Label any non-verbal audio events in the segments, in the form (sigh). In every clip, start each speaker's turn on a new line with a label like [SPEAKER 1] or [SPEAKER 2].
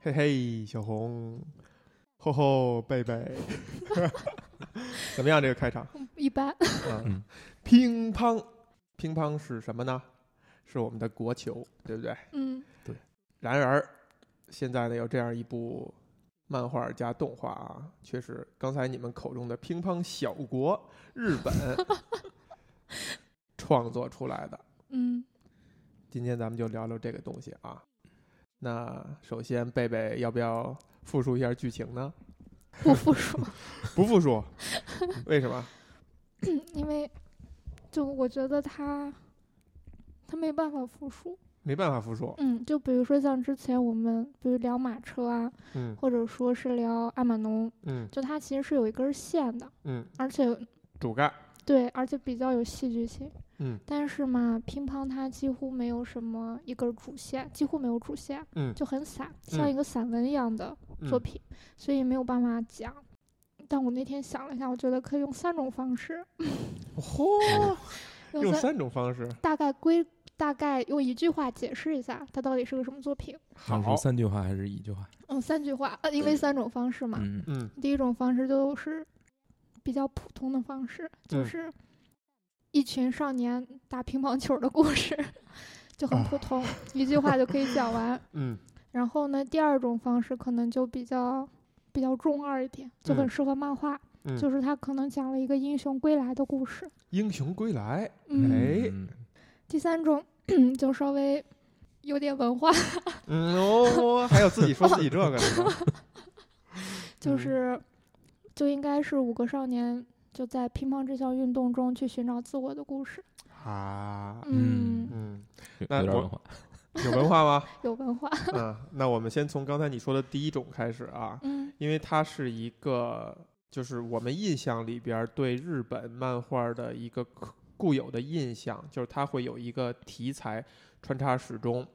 [SPEAKER 1] 嘿嘿，小红，吼吼，贝贝， (laughs) 怎么样？这个开场
[SPEAKER 2] 一般。 (laughs)
[SPEAKER 1] 啊
[SPEAKER 3] 嗯，
[SPEAKER 1] 乒乓，乒乓是什么呢？是我们的国球，对不对？
[SPEAKER 2] 嗯，
[SPEAKER 1] 然而，现在呢有这样一部漫画加动画啊，却是刚才你们口中的乒乓小国日本创作出来的。
[SPEAKER 2] 嗯，
[SPEAKER 1] 今天咱们就聊聊这个东西啊。那首先，贝贝要不要复述一下剧情呢？
[SPEAKER 2] (laughs) 不复述， (laughs)
[SPEAKER 1] (laughs) 不复述，为什么？
[SPEAKER 2] 因为就我觉得他他没办法复述。
[SPEAKER 1] 没办法复述。
[SPEAKER 2] 嗯，就比如说像之前我们比如聊马车啊，
[SPEAKER 1] 嗯
[SPEAKER 2] 或者说是聊阿玛农，
[SPEAKER 1] 嗯
[SPEAKER 2] 就它其实是有一根线的，
[SPEAKER 1] 嗯，
[SPEAKER 2] 而且
[SPEAKER 1] 主干。
[SPEAKER 2] 对，而且比较有戏剧性。
[SPEAKER 1] 嗯
[SPEAKER 2] 但是嘛，乒乓它几乎没有什么一根主线，几乎没有主线，
[SPEAKER 1] 嗯
[SPEAKER 2] 就很散，像
[SPEAKER 1] 嗯
[SPEAKER 2] 一个散文一样的作
[SPEAKER 1] 嗯
[SPEAKER 2] 品，所以没有办法讲。但我那天想了一下，我觉得可以用三种方式，
[SPEAKER 3] 哦
[SPEAKER 1] 嚯，
[SPEAKER 3] 嗯
[SPEAKER 2] 用
[SPEAKER 1] 用
[SPEAKER 2] 三
[SPEAKER 1] 三种方式，
[SPEAKER 2] 大概归大概用一句话解释一下它到底是个什么作品。
[SPEAKER 1] 好
[SPEAKER 3] 那，是三句话还是一句话？
[SPEAKER 2] 嗯，三句话，呃，因为三种方式嘛。
[SPEAKER 3] 嗯，
[SPEAKER 1] 嗯
[SPEAKER 2] 第一种方式就是比较普通的方式，就
[SPEAKER 1] 嗯
[SPEAKER 2] 是一群少年打乒乓球的故事，就很普通，一句话就可以讲完。
[SPEAKER 1] 嗯
[SPEAKER 2] 然后呢，第二种方式可能就比较比较中二一点，就很
[SPEAKER 1] 嗯
[SPEAKER 2] 适合漫画，
[SPEAKER 1] 嗯，
[SPEAKER 2] 就是他可能讲了一个英雄归来的故事。
[SPEAKER 1] 英雄归来。
[SPEAKER 2] 嗯，
[SPEAKER 1] 哎
[SPEAKER 3] 嗯，
[SPEAKER 2] 第三种 (clears throat) 就稍微有点文化，
[SPEAKER 1] 嗯哦，还有自己说自己这个呢
[SPEAKER 2] (laughs)
[SPEAKER 1] 吗
[SPEAKER 2] 就
[SPEAKER 1] 嗯
[SPEAKER 2] 是就应该是五个少年就在乒乓这项运动中去寻找自我的故事。
[SPEAKER 1] 啊，
[SPEAKER 2] 嗯，
[SPEAKER 1] 嗯，
[SPEAKER 3] 有
[SPEAKER 1] 那
[SPEAKER 3] 有点
[SPEAKER 1] 我
[SPEAKER 3] 文化。
[SPEAKER 1] 有文化吗？ (laughs)
[SPEAKER 2] 有文化。
[SPEAKER 1] 嗯，那我们先从刚才你说的第一种开始啊，
[SPEAKER 2] 嗯
[SPEAKER 1] 因为它是一个，就是我们印象里边儿对日本漫画的一个刻固有的印象，就是它会有一个题材穿插始终。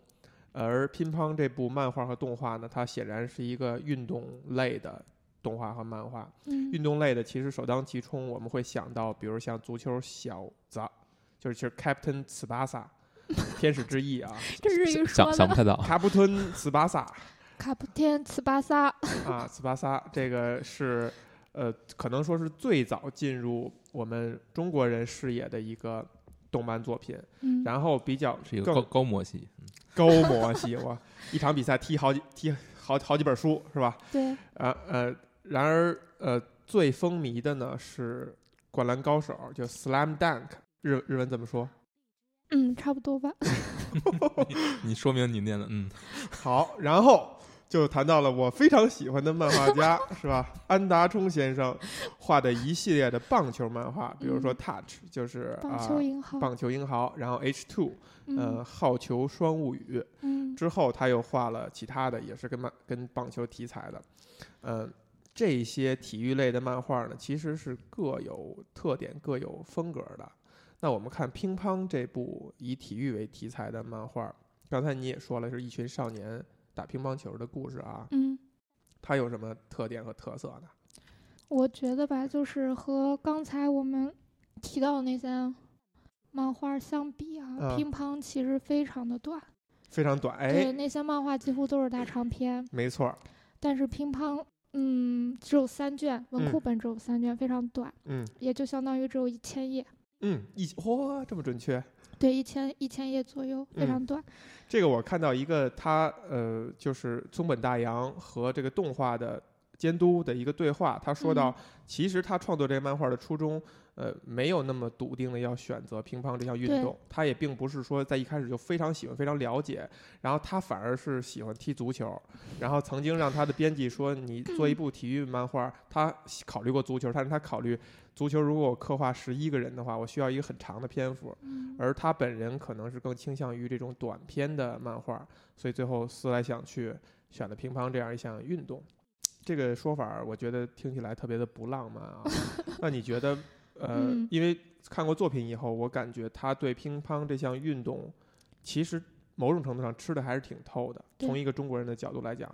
[SPEAKER 1] 而乒乓这部漫画和动画呢，它显然是一个运动类的动画和漫画。
[SPEAKER 2] 嗯
[SPEAKER 1] 运动类的其实首当其冲，我们会想到，比如像足球小子，就是其实 Captain 茨巴萨，天使之翼啊，
[SPEAKER 2] 这日语
[SPEAKER 3] 想
[SPEAKER 2] 说
[SPEAKER 3] 想
[SPEAKER 2] 的
[SPEAKER 3] 不太 (laughs) 到，
[SPEAKER 1] 卡布吞茨巴萨。
[SPEAKER 2] 卡布天茨巴萨。
[SPEAKER 1] 啊，斯巴萨这个是呃，可能说是最早进入我们中国人视野的一个动漫作品，
[SPEAKER 2] 嗯，
[SPEAKER 1] 然后比较
[SPEAKER 3] 是一个
[SPEAKER 1] 更
[SPEAKER 3] 高高嗯模系。
[SPEAKER 1] 高模系，我一场比赛踢好几踢好好几本书是吧？
[SPEAKER 2] 对，
[SPEAKER 1] 啊呃，然而呃，最风靡的呢是《灌篮高手》，就 Slam Dunk，日日文怎么说？
[SPEAKER 2] 嗯，差不多吧。
[SPEAKER 3] 你说明你念的，嗯，
[SPEAKER 1] 好，然后就谈到了我非常喜欢的漫画
[SPEAKER 2] (laughs)
[SPEAKER 1] 家，是吧？安达充先生画的一系列的棒球漫画，比如说
[SPEAKER 2] 嗯
[SPEAKER 1] Touch，就是
[SPEAKER 2] 棒
[SPEAKER 1] 啊
[SPEAKER 2] 球银行。
[SPEAKER 1] 棒球英豪，然后 H Two，呃，
[SPEAKER 2] 嗯
[SPEAKER 1] 好球双物语。
[SPEAKER 2] 嗯
[SPEAKER 1] 之后他又画了其他的，也是跟漫跟棒球题材的，嗯。这些体育类的漫画呢，其实是各有特点、各有风格的。那我们看乒乓这部以体育为题材的漫画，刚才你也说了，是一群少年打乒乓球的故事啊。
[SPEAKER 2] 嗯，
[SPEAKER 1] 它有什么特点和特色呢？
[SPEAKER 2] 我觉得吧，就是和刚才我们提到的那些漫画相比啊，
[SPEAKER 1] 嗯
[SPEAKER 2] 乒乓其实非常的短。
[SPEAKER 1] 非常短，
[SPEAKER 2] 对，
[SPEAKER 1] 哎，
[SPEAKER 2] 那些漫画几乎都是大长篇，
[SPEAKER 1] 没错儿，
[SPEAKER 2] 但是乒乓。嗯，只有三卷，文库
[SPEAKER 1] 嗯
[SPEAKER 2] 本只有三卷，非常短，
[SPEAKER 1] 嗯
[SPEAKER 2] 也就相当于只有一千页，
[SPEAKER 1] 嗯，一嚯、这么准确，
[SPEAKER 2] 对，一千一千页左右，非
[SPEAKER 1] 嗯
[SPEAKER 2] 常短。
[SPEAKER 1] 这个我看到一个他呃，就是松本大洋和这个动画的监督的一个对话，他说到，其实他创作这个漫画的初衷，呃，没有那么笃定的要选择乒乓这项运动，他也并不是说在一开始就非常喜欢、非常了解，然后他反而是喜欢踢足球，然后曾经让他的编辑说，你做一部体育漫画，他考虑过足球，但是他考虑足球如果我刻画十一个人的话，我需要一个很长的篇幅，
[SPEAKER 2] 嗯
[SPEAKER 1] 而他本人可能是更倾向于这种短篇的漫画，所以最后思来想去选了乒乓这样一项运动。这个说法儿我觉得听起来特别的不浪漫
[SPEAKER 2] (laughs)
[SPEAKER 1] 啊。那你觉得，呃，
[SPEAKER 2] 嗯
[SPEAKER 1] 因为看过作品以后，我感觉他对乒乓这项运动，其实某种程度上吃的还是挺透的。
[SPEAKER 2] 对
[SPEAKER 1] 从一个中国人的角度来讲，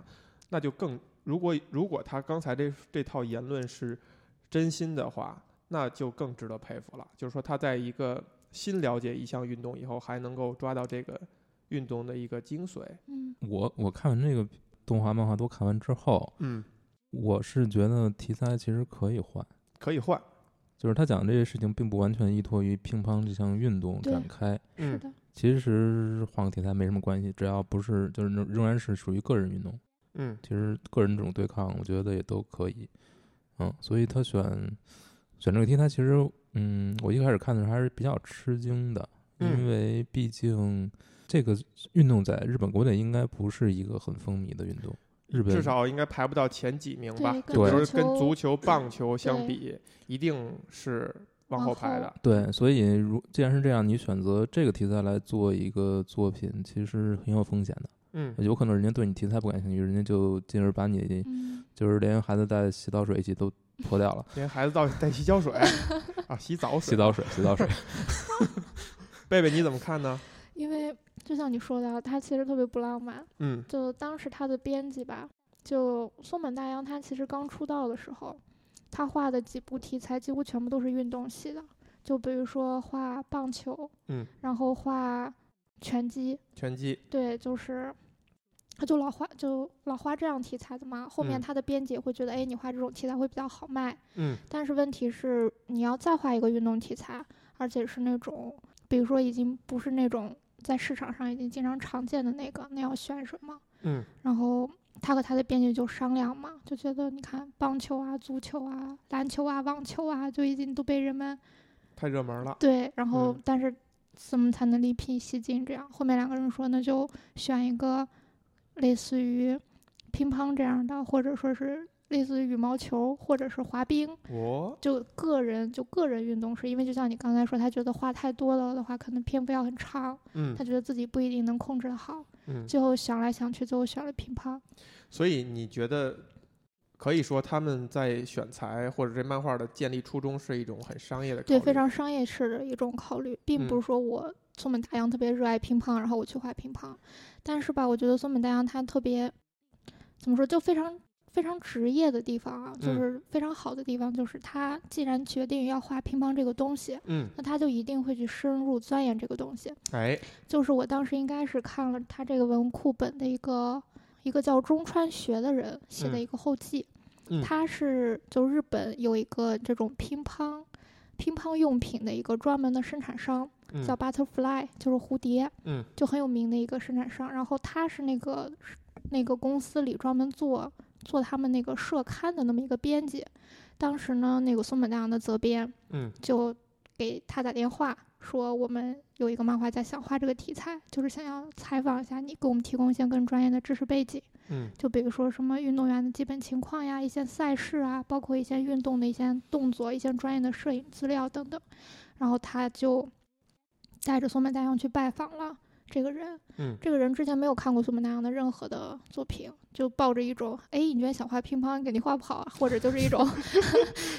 [SPEAKER 1] 那就更如果如果他刚才这这套言论是真心的话，那就更值得佩服了。就是说他在一个新了解一项运动以后，还能够抓到这个运动的一个精髓。
[SPEAKER 2] 嗯
[SPEAKER 3] 我我看完这个动画、漫画都看完之后，
[SPEAKER 1] 嗯，
[SPEAKER 3] 我是觉得题材其实可以换，
[SPEAKER 1] 可以换，
[SPEAKER 3] 就是他讲这些事情并不完全依托于乒乓这项运动
[SPEAKER 2] 对
[SPEAKER 3] 展开，
[SPEAKER 2] 是
[SPEAKER 1] 嗯
[SPEAKER 2] 的，
[SPEAKER 3] 其实换个题材没什么关系，只要不是就是仍仍然是属于个人运动，
[SPEAKER 1] 嗯
[SPEAKER 3] 其实个人这种对抗，我觉得也都可以，嗯，所以他选选这个题材，其实嗯，我一开始看的时候还是比较吃惊的，
[SPEAKER 1] 嗯
[SPEAKER 3] 因为毕竟这个运动在日本国内应该不是一个很风靡的运动，日本
[SPEAKER 1] 至少应该排不到前几名吧
[SPEAKER 2] 对，
[SPEAKER 1] 就比如
[SPEAKER 2] 跟足
[SPEAKER 1] 跟
[SPEAKER 2] 球
[SPEAKER 1] 足球、棒球相
[SPEAKER 2] 对
[SPEAKER 1] 比，一定是往
[SPEAKER 2] 往
[SPEAKER 1] 后排
[SPEAKER 2] 后
[SPEAKER 1] 的。
[SPEAKER 3] 对，所以如既然是这样，你选择这个题材来做一个作品，其实很有风险的。
[SPEAKER 1] 嗯
[SPEAKER 3] 有可能人家对你题材不感兴趣，人家就进而把你
[SPEAKER 2] 嗯，
[SPEAKER 3] 就是连孩子带洗澡水一起都泼掉
[SPEAKER 1] (laughs)
[SPEAKER 3] 了。
[SPEAKER 1] 连孩子到带洗
[SPEAKER 2] (laughs)
[SPEAKER 1] 脚水啊，洗澡水。
[SPEAKER 3] 洗澡水，洗澡水，
[SPEAKER 1] 贝贝你怎么看呢？
[SPEAKER 2] 因为就像你说的，啊它其实特别不浪漫。
[SPEAKER 1] 嗯
[SPEAKER 2] 就当时他的编辑吧，就松本大洋，他其实刚出道的时候，他画的几部题材几乎全部都是运动系的，就比如说画棒球，
[SPEAKER 1] 嗯，
[SPEAKER 2] 然后画拳击，
[SPEAKER 1] 拳击，
[SPEAKER 2] 对，就是他就老画就老画这样题材的嘛。后面
[SPEAKER 1] 嗯
[SPEAKER 2] 他的编辑也会觉得，哎，你画这种题材会比较好卖，
[SPEAKER 1] 嗯
[SPEAKER 2] 但是问题是，你要再画一个运动题材，而且是那种，比如说已经不是那种在市场上已经经常常见的那个，那要选什么？
[SPEAKER 1] 嗯
[SPEAKER 2] 然后他和他的编辑就商量嘛，就觉得你看棒球啊、足球啊、篮球啊、网球啊，就已经都被人们
[SPEAKER 1] 太热门了。
[SPEAKER 2] 对，然后
[SPEAKER 1] 嗯
[SPEAKER 2] 但是怎么才能另辟蹊径？这样后面两个人说，那就选一个类似于乒乓这样的，或者说是类似于羽毛球，或者是滑冰，
[SPEAKER 1] 我
[SPEAKER 2] 就个人就个人运动是因为就像你刚才说，他觉得话太多了的话，可能篇幅要很长，
[SPEAKER 1] 嗯
[SPEAKER 2] 他觉得自己不一定能控制得好，
[SPEAKER 1] 嗯，
[SPEAKER 2] 最后想来想去，最后选了乒乓。
[SPEAKER 1] 所以你觉得可以说他们在选材或者这漫画的建立初衷是一种很商业的考虑
[SPEAKER 2] 对，非常商业式的一种考虑，并
[SPEAKER 1] 嗯
[SPEAKER 2] 不是说我松本大洋特别热爱乒乓，然后我去画乒乓。但是吧，我觉得松本大洋他特别怎么说，就非常非常职业的地方啊，就
[SPEAKER 1] 嗯
[SPEAKER 2] 是非常好的地方，就是他既然决定要画乒乓这个东西，
[SPEAKER 1] 嗯
[SPEAKER 2] 那他就一定会去深入钻研这个东西。
[SPEAKER 1] 哎
[SPEAKER 2] 就是我当时应该是看了他这个文库本的一个一个叫中川学的人写的
[SPEAKER 1] 嗯
[SPEAKER 2] 一个后记，
[SPEAKER 1] 嗯
[SPEAKER 2] 他是就日本有一个这种乒乓乒乓用品的一个专门的生产商，
[SPEAKER 1] 嗯
[SPEAKER 2] 叫 Butterfly，就是蝴蝶，
[SPEAKER 1] 嗯
[SPEAKER 2] 就很有名的一个生产商。然后他是那个那个公司里专门做做他们那个社刊的那么一个编辑。当时呢，那个松本大洋的责编，
[SPEAKER 1] 嗯
[SPEAKER 2] 就给他打电话说，我们有一个漫画家想画这个题材，就是想要采访一下你，给我们提供一些更专业的知识背景，
[SPEAKER 1] 嗯
[SPEAKER 2] 就比如说什么运动员的基本情况呀，一些赛事啊，包括一些运动的一些动作、一些专业的摄影资料等等。然后他就带着松本大洋去拜访了。这个人，
[SPEAKER 1] 嗯
[SPEAKER 2] 这个人之前没有看过松本大洋的任何的作品，就抱着一种，哎，你居然想画乒乓，肯定画不好啊，或者就是一种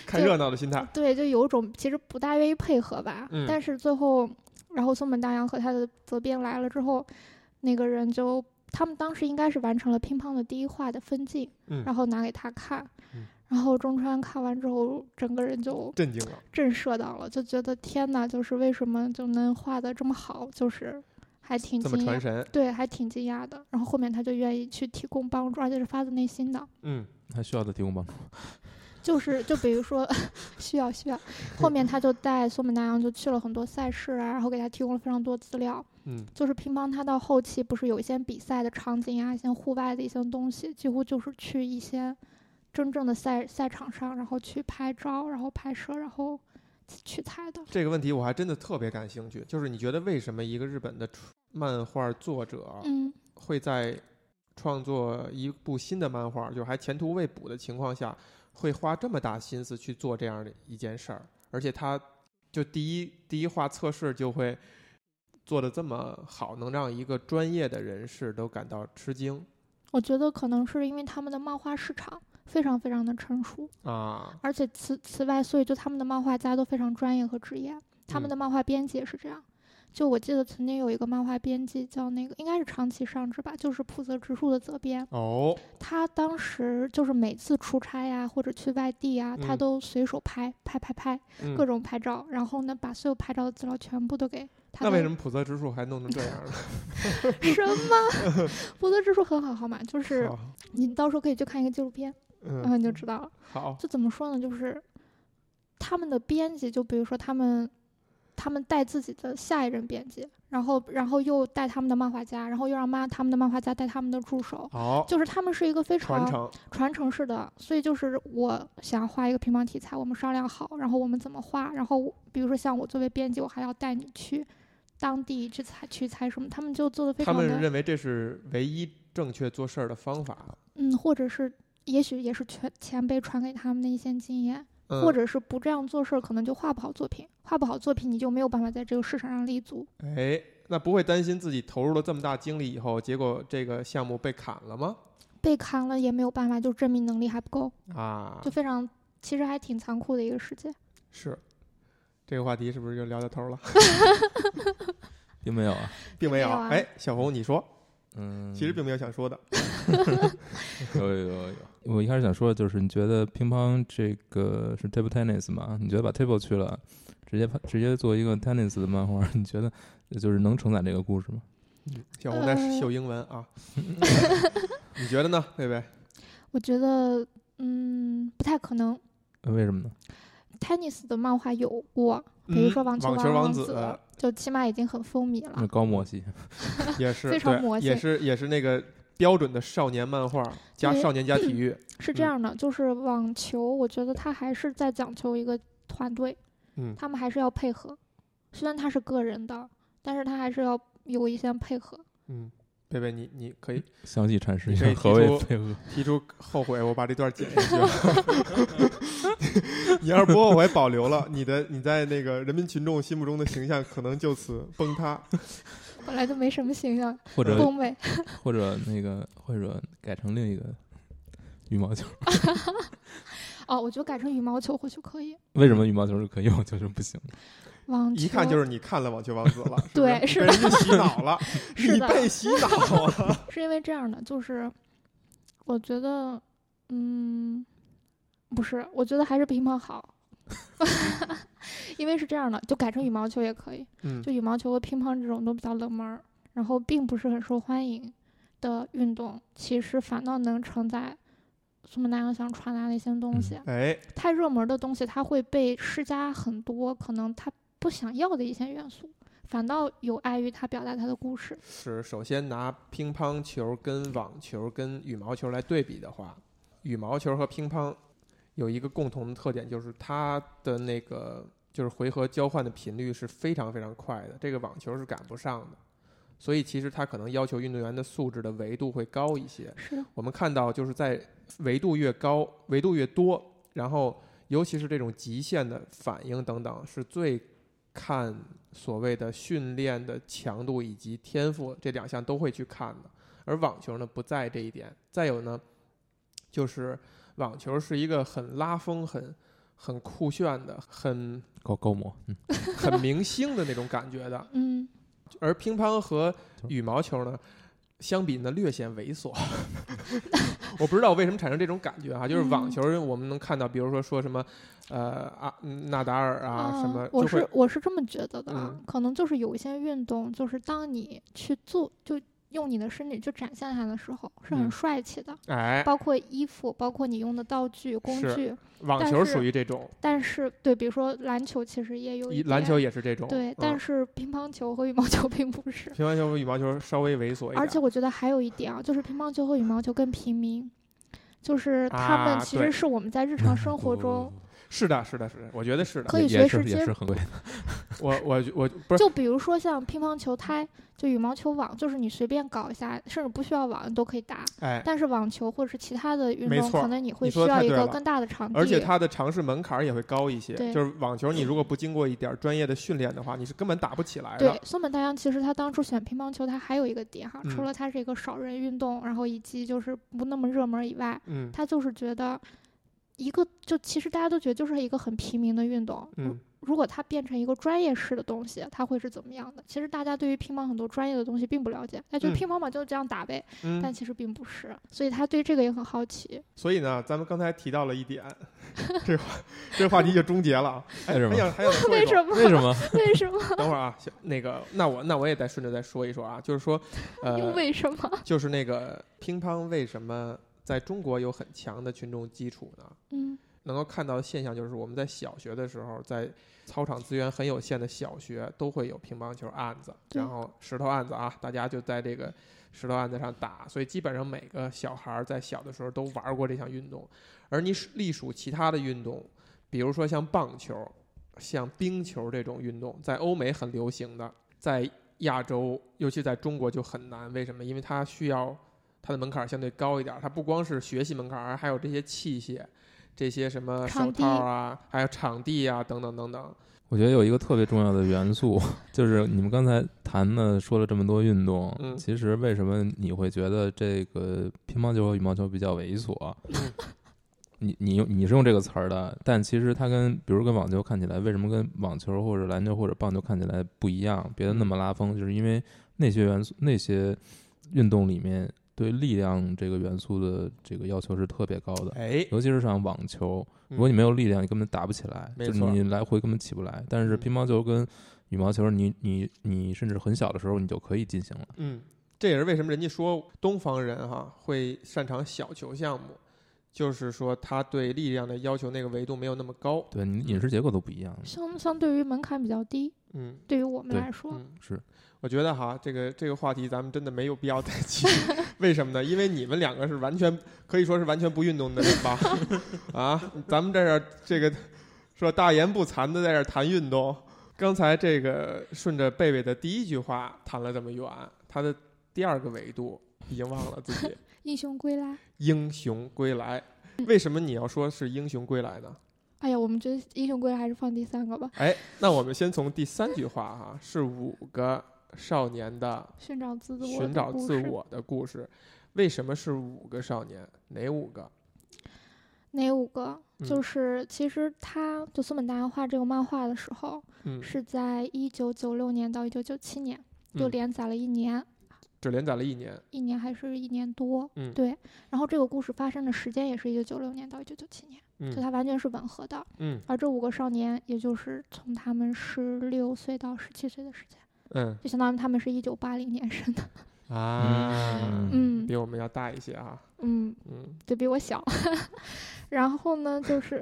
[SPEAKER 1] 看
[SPEAKER 2] 就
[SPEAKER 1] 热闹的心态。
[SPEAKER 2] 对，就有一种其实不大愿意配合吧。
[SPEAKER 1] 嗯
[SPEAKER 2] 但是最后，然后松本大洋和他的责编来了之后，那个人就他们当时应该是完成了乒乓的第一话的分镜，
[SPEAKER 1] 嗯
[SPEAKER 2] 然后拿给他看。
[SPEAKER 1] 嗯
[SPEAKER 2] 然后中川看完之后，整个人就
[SPEAKER 1] 震惊了，
[SPEAKER 2] 震慑到了，就觉得天呐，就是为什么就能画的这么好，就是还挺
[SPEAKER 1] 这么
[SPEAKER 2] 惊
[SPEAKER 1] 传
[SPEAKER 2] 讶，
[SPEAKER 1] 神，
[SPEAKER 2] 对，还挺惊讶的。然后后面他就愿意去提供帮助，而且是发自内心的。
[SPEAKER 1] 嗯
[SPEAKER 3] 还需要再提供帮助。
[SPEAKER 2] 就是就比如说 (laughs) 需要需要，后面他就带松本大洋就去了很多赛事啊，然后给他提供了非常多资料。
[SPEAKER 1] 嗯
[SPEAKER 2] 就是乒乓，他到后期不是有一些比赛的场景啊，一些户外的一些东西，几乎就是去一些真正的赛赛场上，然后去拍照，然后拍摄，然后取材的。
[SPEAKER 1] 这个问题我还真的特别感兴趣，就是你觉得为什么一个日本的出漫画作者
[SPEAKER 2] 嗯，
[SPEAKER 1] 会在创作一部新的漫画，就是还前途未卜的情况下，会花这么大心思去做这样的一件事儿？而且他就第一第一话测试就会做的这么好，能让一个专业的人士都感到吃惊
[SPEAKER 2] 我觉得可能是因为他们的漫画市场非常非常的成熟，
[SPEAKER 1] 啊！
[SPEAKER 2] 而且此此外，所以就他们的漫画家都非常专业和职业，他们
[SPEAKER 1] 嗯
[SPEAKER 2] 的漫画编辑也是这样。就我记得曾经有一个漫画编辑叫那个，应该是长崎尚志吧，就是浦泽直树的责编。
[SPEAKER 1] 哦，
[SPEAKER 2] 他当时就是每次出差呀、或者去外地呀、他
[SPEAKER 1] 嗯
[SPEAKER 2] 都随手拍拍拍拍，
[SPEAKER 1] 嗯
[SPEAKER 2] 各种拍照，然后呢，把所有拍照的资料全部都给他
[SPEAKER 1] 那为
[SPEAKER 2] 的
[SPEAKER 1] 什么普泽直树还弄成这样呢？
[SPEAKER 2] (laughs) 什么？ (laughs) 普泽之树很好，好吗？就是
[SPEAKER 1] 好
[SPEAKER 2] 你到时候可以去看一个纪录片，然后
[SPEAKER 1] 嗯，
[SPEAKER 2] 你就知道了。
[SPEAKER 1] 好，
[SPEAKER 2] 就怎么说呢？就是他们的编辑，就比如说他们，他们带自己的下一任编辑，然后然后又带他们的漫画家，然后又让妈他们的漫画家带他们的助手，
[SPEAKER 1] 好，
[SPEAKER 2] 就是他们是一个非
[SPEAKER 1] 传
[SPEAKER 2] 常
[SPEAKER 1] 承，
[SPEAKER 2] 传承式的。所以就是我想画一个乒乓题材，我们商量好，然后我们怎么画，然后我比如说像我作为编辑，我还要带你去。当地去采取材什么，他们就做的非
[SPEAKER 1] 他
[SPEAKER 2] 常的。
[SPEAKER 1] 们认为这是唯一正确做事儿的方法，
[SPEAKER 2] 嗯，或者是也许也是前前辈传给他们的一些经验，
[SPEAKER 1] 嗯
[SPEAKER 2] 或者是不这样做事儿，可能就画不好作品，画不好作品你就没有办法在这个市场上立足。
[SPEAKER 1] 哎，那不会担心自己投入了这么大精力以后，结果这个项目被砍了吗？
[SPEAKER 2] 被砍了也没有办法，就证明能力还不够，
[SPEAKER 1] 啊
[SPEAKER 2] 就，非常其实还挺残酷的一个世界。
[SPEAKER 1] 是，这个话题是不是就聊到头了？ (laughs)
[SPEAKER 3] 并没有啊。
[SPEAKER 1] 并没有。
[SPEAKER 2] 没有啊
[SPEAKER 1] 哎，小红，你说，
[SPEAKER 3] 嗯，
[SPEAKER 1] 其实并没有想说的。
[SPEAKER 3] (laughs) 有有有有。我一开始想说的就是，你觉得乒乓这个是 table tennis 吗？你觉得把 table 去了，直接拍直接做一个 tennis 的漫画，你觉得就是能承载这个故事吗？
[SPEAKER 1] 小红在
[SPEAKER 2] 呃
[SPEAKER 1] 秀英文
[SPEAKER 2] (laughs)
[SPEAKER 1] 啊， (laughs) 你觉得呢，贝贝？
[SPEAKER 2] 我觉得，嗯，不太可能。
[SPEAKER 3] 呃为什么呢？
[SPEAKER 2] Tennis 的漫画有过，比如说
[SPEAKER 1] 嗯
[SPEAKER 2] 网球
[SPEAKER 1] 网球
[SPEAKER 2] 王
[SPEAKER 1] 子啊嗯
[SPEAKER 2] 就起码已经很风靡
[SPEAKER 3] 那
[SPEAKER 2] 了。
[SPEAKER 3] 高默契，
[SPEAKER 1] 也是
[SPEAKER 2] 非常
[SPEAKER 1] 对
[SPEAKER 2] 魔
[SPEAKER 1] 也
[SPEAKER 2] 性
[SPEAKER 1] 是也是那个标准的少年漫画加
[SPEAKER 2] 因为
[SPEAKER 1] 少年加体
[SPEAKER 2] (clears throat)
[SPEAKER 1] 育，
[SPEAKER 2] 是这
[SPEAKER 1] 嗯
[SPEAKER 2] 样的，就是网球，我觉得它还是在讲求一个团队，
[SPEAKER 1] 嗯
[SPEAKER 2] 他们还是要配合。虽然它是个人的，但是它还是要有一些配合。
[SPEAKER 1] 嗯。贝贝，你你可以
[SPEAKER 3] 相继阐释一
[SPEAKER 1] 你可
[SPEAKER 3] 下
[SPEAKER 1] 以提
[SPEAKER 3] 何谓
[SPEAKER 1] 出
[SPEAKER 3] (laughs) 配合。
[SPEAKER 1] 提出后悔，我把这段剪
[SPEAKER 2] (laughs)
[SPEAKER 1] 下 (laughs) 去了。你要是不后悔保留了，你的你在那个人民群众心目中的形象可能就此崩塌。
[SPEAKER 2] 本来就没什么形象，
[SPEAKER 3] 或者
[SPEAKER 2] 东北
[SPEAKER 3] 或者那个或者改成另一个羽毛球。
[SPEAKER 2] 哦，我觉得改成羽毛球或许可以。
[SPEAKER 3] 为什么羽毛球是可以，网球是不行？
[SPEAKER 2] 网球
[SPEAKER 1] 一看就是你看了《网球王子》了，是不
[SPEAKER 2] 嗯对
[SPEAKER 1] 是
[SPEAKER 2] 是
[SPEAKER 1] 被人家洗脑了，
[SPEAKER 2] (laughs) 是
[SPEAKER 1] 你
[SPEAKER 2] 的
[SPEAKER 1] 被洗脑
[SPEAKER 2] (laughs)
[SPEAKER 1] 了。
[SPEAKER 2] 是因为这样的，就是我觉得，嗯，不是，我觉得还是乒
[SPEAKER 1] (laughs)
[SPEAKER 2] 乓好，因为是这样的，就改成羽毛球也可以。
[SPEAKER 1] 嗯
[SPEAKER 2] 就羽毛球和乒乓这种都比较冷门儿，然后并不是很受欢迎的运动，其实反倒能承载苏门答腊想传达的一些东西。啊
[SPEAKER 1] 哎，
[SPEAKER 2] 太热门的东西，它会被施加很多可能他不想要的一些元素，反倒有碍于他表达他的故事。
[SPEAKER 1] 是首先拿乒乓球跟网球跟羽毛球来对比的话，羽毛球和乒乓有一个共同的特点，就是它的那个就是回合交换的频率是非常非常快的，这个网球是赶不上的。所以其实它可能要求运动员的素质的维度会高一些。
[SPEAKER 2] 是的，
[SPEAKER 1] 我们看到就是在维度越高、维度越多，然后尤其是这种极限的反应等等，是最看所谓的训练的强度以及天赋这两项都会去看的。而网球呢不在这一点。再有呢，就是网球是一个很拉风、很很酷炫的、很
[SPEAKER 3] 高高模，嗯，
[SPEAKER 1] 很明星的那种感觉的，
[SPEAKER 2] 嗯，
[SPEAKER 1] 而乒乓和羽毛球呢，相比呢略显猥琐。 (laughs) 我不知道为什么产生这种感
[SPEAKER 2] 嗯
[SPEAKER 1] 觉哈、啊就是网球我们能看到，比如说说什么，呃啊纳达尔啊、什么，
[SPEAKER 2] 哦我
[SPEAKER 1] 就会
[SPEAKER 2] 是我是这么觉得的啊，
[SPEAKER 1] 嗯
[SPEAKER 2] 可能就是有一些运动，就是当你去做，就用你的身体去展现它的时候，是很
[SPEAKER 1] 嗯
[SPEAKER 2] 帅气的，
[SPEAKER 1] 哎，
[SPEAKER 2] 包括衣服，包括你用的道具、工
[SPEAKER 1] 是
[SPEAKER 2] 具。
[SPEAKER 1] 网球属于这种，
[SPEAKER 2] 但是对，比如说篮球，其实也有一
[SPEAKER 1] 一篮
[SPEAKER 2] 点
[SPEAKER 1] 球也嗯是这种，
[SPEAKER 2] 对，但是乒乓球和羽毛球并不是
[SPEAKER 1] 嗯、。乒乓球和羽毛球稍微猥琐一点，
[SPEAKER 2] 而且我觉得还有一点啊，就是乒乓球和羽毛球更平民，就是他
[SPEAKER 1] 啊
[SPEAKER 2] 们其
[SPEAKER 1] 对
[SPEAKER 2] 实是我们在日常生活
[SPEAKER 3] 哦
[SPEAKER 2] 中，
[SPEAKER 1] 是的，是的，是的，我觉得是的，
[SPEAKER 2] 可以
[SPEAKER 3] (laughs)
[SPEAKER 2] 随
[SPEAKER 3] 也是
[SPEAKER 2] 时
[SPEAKER 3] 也
[SPEAKER 2] 接
[SPEAKER 3] 是很贵的。
[SPEAKER 1] 我我我不是
[SPEAKER 2] 就比如说像乒乓球拍，就羽毛球网，就是你随便搞一下，甚至不需要网你都可以打。
[SPEAKER 1] 哎，
[SPEAKER 2] 但是网球或者是其他的运
[SPEAKER 1] 没
[SPEAKER 2] 动，
[SPEAKER 1] 错
[SPEAKER 2] 可能你会
[SPEAKER 1] 你
[SPEAKER 2] 需
[SPEAKER 1] 说得
[SPEAKER 2] 要
[SPEAKER 1] 太
[SPEAKER 2] 一
[SPEAKER 1] 对
[SPEAKER 2] 个
[SPEAKER 1] 了
[SPEAKER 2] 更大的场地。
[SPEAKER 1] 而且它的尝试门槛儿也会高一些，
[SPEAKER 2] 对
[SPEAKER 1] 就是网球你如果不经过一点儿专业的训练的话，你是根本打不起来的
[SPEAKER 2] 对，，松本大洋其实他当初选乒乓球，他还有一个点哈，除
[SPEAKER 1] 嗯
[SPEAKER 2] 了他是一个少人运动，然后以及就是不那么热门以外，
[SPEAKER 1] 嗯
[SPEAKER 2] 他就是觉得一个就其实大家都觉得就是一个很平民的运动，
[SPEAKER 1] 嗯，
[SPEAKER 2] 如果它变成一个专业式的东西，它会是怎么样的？其实大家对于乒乓很多专业的东西并不了解，那就
[SPEAKER 1] 嗯
[SPEAKER 2] 乒乓嘛，就这样打呗。但
[SPEAKER 1] 嗯，
[SPEAKER 2] 其实并不是，所以他对这个也很好奇。
[SPEAKER 1] 所以呢，咱们刚才提到了一点， (laughs) 这个这个话题就终结了啊。哎，
[SPEAKER 3] 为什么 (laughs)
[SPEAKER 1] 还想还想说一
[SPEAKER 2] 为
[SPEAKER 1] 说，
[SPEAKER 2] 什么？ (laughs)
[SPEAKER 3] 为什么？
[SPEAKER 2] 为什么？
[SPEAKER 1] 等会儿啊，行那个，那我那我也再顺着再说一说啊，就是说，
[SPEAKER 2] 又
[SPEAKER 1] 呃，
[SPEAKER 2] 为什么？
[SPEAKER 1] (laughs) 就是那个乒乓为什么在中国有很强的群众基础呢？
[SPEAKER 2] 嗯
[SPEAKER 1] 能够看到的现象就是，我们在小学的时候，在操场资源很有限的小学，都会有乒乓球案子，
[SPEAKER 2] 对
[SPEAKER 1] 然后石头案子啊，大家就在这个石头案子上打，所以基本上每个小孩儿在小的时候都玩过这项运动。而你隶属其他的运动，比如说像棒球、像冰球这种运动，在欧美很流行的，在亚洲，尤其在中国就很难。为什么？因为它需要它的门槛儿相对高一点儿，它不光是学习门槛儿，还有这些器械。这些什么手
[SPEAKER 2] 场地
[SPEAKER 1] 套啊，还有场地啊，等等等等，
[SPEAKER 3] 我觉得有一个特别重要的元素，就是你们刚才谈的说了这么多运动，
[SPEAKER 1] 嗯
[SPEAKER 3] 其实为什么你会觉得这个乒乓球和羽毛球比较猥琐？
[SPEAKER 1] 嗯
[SPEAKER 3] 你你用你是用这个词儿的，但其实它跟比如跟网球看起来，为什么跟网球或者篮球或者棒球看起来不一样，别的那么拉风，就是因为那些元素那些运动里面对力量这个元素的这个要求是特别高的，
[SPEAKER 1] 哎，
[SPEAKER 3] 尤其是像网球，
[SPEAKER 1] 嗯
[SPEAKER 3] 如果你没有力量，你根本打不起来，
[SPEAKER 1] 没
[SPEAKER 3] 就是
[SPEAKER 1] 错
[SPEAKER 3] 你来回根本起不来。但是
[SPEAKER 1] 嗯
[SPEAKER 3] 乒乓球跟羽毛球，你你你甚至很小的时候你就可以进行了。
[SPEAKER 1] 嗯，这也是为什么人家说东方人哈、会擅长小球项目，就是说他对力量的要求那个维度没有那么高。
[SPEAKER 3] 对，你的饮食结构都不一样。
[SPEAKER 2] 相相对于门槛比较低，
[SPEAKER 1] 嗯
[SPEAKER 2] 对于我们
[SPEAKER 3] 对
[SPEAKER 2] 来说，
[SPEAKER 1] 嗯，
[SPEAKER 3] 是。
[SPEAKER 1] 我觉得哈，这个这个话题咱们真的没有必要再继续，为什么呢？因为你们两个是完全可以说是完全不运动的人吧？啊，咱们在这儿这个说大言不惭的在这儿谈运动，刚才这个顺着贝贝的第一句话谈了这么远，他的第二个维度已经忘了自己
[SPEAKER 2] 英雄归来。
[SPEAKER 1] 英雄归来。为什么你要说是英雄归来呢？
[SPEAKER 2] 哎呀，我们觉得英雄归来还是放第三个吧，
[SPEAKER 1] 哎，那我们先从第三句话哈、是五个少年的
[SPEAKER 2] 寻找自我，
[SPEAKER 1] 寻找自。我的故事。为什么是五个少年？哪五个？
[SPEAKER 2] 哪五个？
[SPEAKER 1] 嗯
[SPEAKER 2] 就是其实他就松本大洋画这个漫画的时候，
[SPEAKER 1] 嗯，
[SPEAKER 2] 是在一九九六年到一九九七年，就
[SPEAKER 1] 嗯
[SPEAKER 2] 连载了一年。
[SPEAKER 1] 只连载了一年。
[SPEAKER 2] 一年还是一年多，
[SPEAKER 1] 嗯
[SPEAKER 2] 对。然后这个故事发生的时间也是一九九六年到一九九七年，就
[SPEAKER 1] 嗯
[SPEAKER 2] 它完全是吻合的。
[SPEAKER 1] 嗯
[SPEAKER 2] 而这五个少年，也就是从他们十六岁到十七岁的时间，
[SPEAKER 1] 嗯
[SPEAKER 2] 就相当于他们是一九八零年生的。
[SPEAKER 1] 啊
[SPEAKER 3] 嗯
[SPEAKER 2] 嗯
[SPEAKER 1] 比我们要大一些啊。
[SPEAKER 2] 嗯，
[SPEAKER 1] 嗯，
[SPEAKER 2] 就比我小。 (laughs) 然后呢，就是，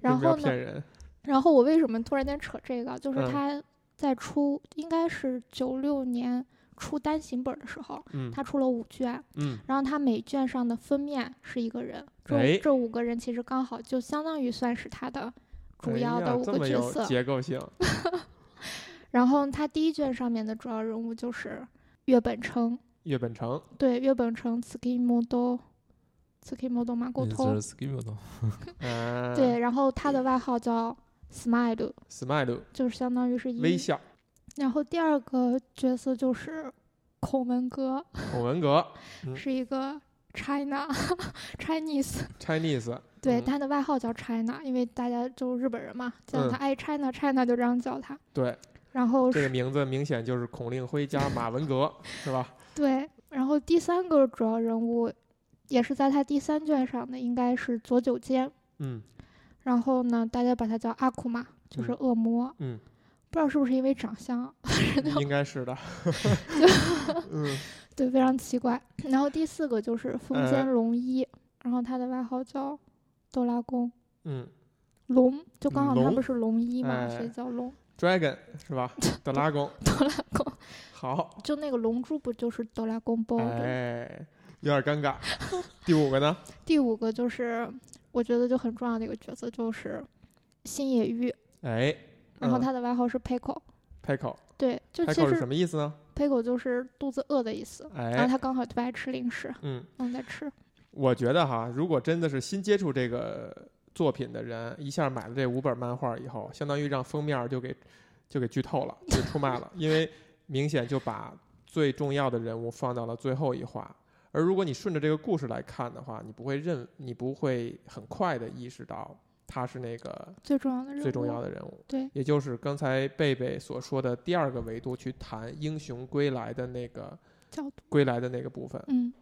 [SPEAKER 2] 然 (laughs)
[SPEAKER 1] 为什么要
[SPEAKER 2] 后
[SPEAKER 1] 骗
[SPEAKER 2] 呢，
[SPEAKER 1] 人。
[SPEAKER 2] 然后我为什么突然间扯这个？就是
[SPEAKER 1] 嗯
[SPEAKER 2] 他在出，应该是九六年出单行本的时候，
[SPEAKER 1] 嗯
[SPEAKER 2] 他出了五卷。
[SPEAKER 1] 嗯
[SPEAKER 2] 然后它每卷上的封面是一个人，这、
[SPEAKER 1] 哎
[SPEAKER 2] 这五个人其实刚好就相当于算是他的主
[SPEAKER 1] 哎
[SPEAKER 2] 要
[SPEAKER 1] 呀
[SPEAKER 2] 的五
[SPEAKER 1] 这
[SPEAKER 2] 个
[SPEAKER 1] 么
[SPEAKER 2] 角
[SPEAKER 1] 有
[SPEAKER 2] 色。
[SPEAKER 1] 结构
[SPEAKER 2] (laughs)
[SPEAKER 1] 性。
[SPEAKER 2] 然后他第一卷上面的主要人物就是月本成，
[SPEAKER 1] 岳本成，
[SPEAKER 2] 对，月本成 Tsukimoto Tsukimoto 马沟
[SPEAKER 3] 那
[SPEAKER 2] 通
[SPEAKER 3] 就是，skip 的
[SPEAKER 1] 啊，
[SPEAKER 2] 对，然后他的外号叫 Smile，
[SPEAKER 1] ，smile
[SPEAKER 2] 就是相当于是
[SPEAKER 1] 微
[SPEAKER 2] 一。
[SPEAKER 1] 笑，
[SPEAKER 2] 然后第二个角色就是孔文革，
[SPEAKER 1] 孔文革嗯
[SPEAKER 2] 是一个 China (laughs) Chinese。
[SPEAKER 1] ，Chinese，
[SPEAKER 2] (laughs) 对，
[SPEAKER 1] 嗯
[SPEAKER 2] 他的外号叫 China，因为大家就日本人嘛，叫他
[SPEAKER 1] 嗯
[SPEAKER 2] 爱 China China 就这样叫他。
[SPEAKER 1] 对，
[SPEAKER 2] 然后
[SPEAKER 1] 这
[SPEAKER 2] 是
[SPEAKER 1] 个名字明显就是孔令辉加马文革，是
[SPEAKER 2] (laughs)
[SPEAKER 1] 吧？
[SPEAKER 2] 对，然后第三个主要人物也是在他第三卷上的，应该是佐久间。
[SPEAKER 1] 嗯
[SPEAKER 2] 然后呢，大家把他叫阿库玛，就是
[SPEAKER 1] 嗯
[SPEAKER 2] 恶魔。
[SPEAKER 1] 嗯，
[SPEAKER 2] 不知道是不是因为长相，
[SPEAKER 1] 应该是
[SPEAKER 2] (laughs)
[SPEAKER 1] 的。 (laughs) 嗯，
[SPEAKER 2] 对，非常奇怪。然后第四个就是风间
[SPEAKER 1] 呃
[SPEAKER 2] 龙一，然后他的外号叫哆啦公
[SPEAKER 1] 嗯
[SPEAKER 2] 龙，就刚好他
[SPEAKER 1] 龙
[SPEAKER 2] 不是龙一嘛，
[SPEAKER 1] 哎
[SPEAKER 2] 所以叫龙 (laughs)
[SPEAKER 1] ，Dragon 是吧？德拉贡，
[SPEAKER 2] 哆啦公。
[SPEAKER 1] 好。
[SPEAKER 2] 就那个龙珠不就是哆啦公包的
[SPEAKER 1] 哎，有点尴尬。第五个呢？
[SPEAKER 2] 第五个就是我觉得就很重要的一个角色，就是星野玉，
[SPEAKER 1] 哎，
[SPEAKER 2] 然后
[SPEAKER 1] 嗯
[SPEAKER 2] 他的外号是 Pico，、
[SPEAKER 1] 开口，
[SPEAKER 2] 对，就
[SPEAKER 1] 开
[SPEAKER 2] 其
[SPEAKER 1] 口是什
[SPEAKER 2] 实
[SPEAKER 1] 么意思呢？
[SPEAKER 2] Pico 就是肚子饿的意思，然后
[SPEAKER 1] 哎，
[SPEAKER 2] 他刚好特别爱吃零食，
[SPEAKER 1] 嗯，
[SPEAKER 2] 嗯，在吃，
[SPEAKER 1] 我觉得哈，如果真的是新接触这个作品的人，一下买了这五本漫画以后，相当于让封面儿就给就给剧透了，就出卖了，因为明显就把最重要的人物放到了最后一话。而如果你顺着这个故事来看的话，你不会认，你不会很快的意识到他是那个
[SPEAKER 2] 最重要的人物，
[SPEAKER 1] 最重要的人物。
[SPEAKER 2] 嗯对，
[SPEAKER 1] 也就是刚才贝贝所说的第二个维度去谈英雄归来的那个
[SPEAKER 2] 角度，
[SPEAKER 1] 归来的那个部分。
[SPEAKER 2] 嗯，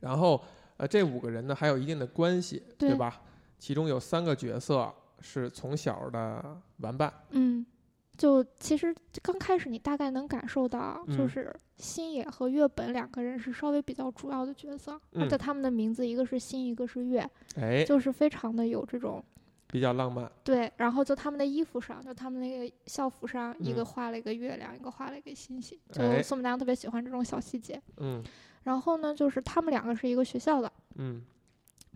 [SPEAKER 1] 然后，呃，这五个人呢还有一定的关系，
[SPEAKER 2] 对
[SPEAKER 1] 对吧？其中有三个角色是从小的玩伴，
[SPEAKER 2] 嗯，就其实刚开始你大概能感受到，就
[SPEAKER 1] 嗯
[SPEAKER 2] 是新野和月本两个人是稍微比较主要的角色，而
[SPEAKER 1] 嗯
[SPEAKER 2] 且他们的名字一个是新，一个是月，
[SPEAKER 1] 哎，
[SPEAKER 2] 就是非常的有这种
[SPEAKER 1] 比较浪漫。
[SPEAKER 2] 对。然后就他们的衣服上，就他们那个校服上，一个
[SPEAKER 1] 嗯
[SPEAKER 2] 画了一个月亮，一个画了一个星星，
[SPEAKER 1] 哎
[SPEAKER 2] 就宋本大洋特别喜欢这种小细节。
[SPEAKER 1] 嗯
[SPEAKER 2] 然后呢，就是他们两个是一个学校的，
[SPEAKER 1] 嗯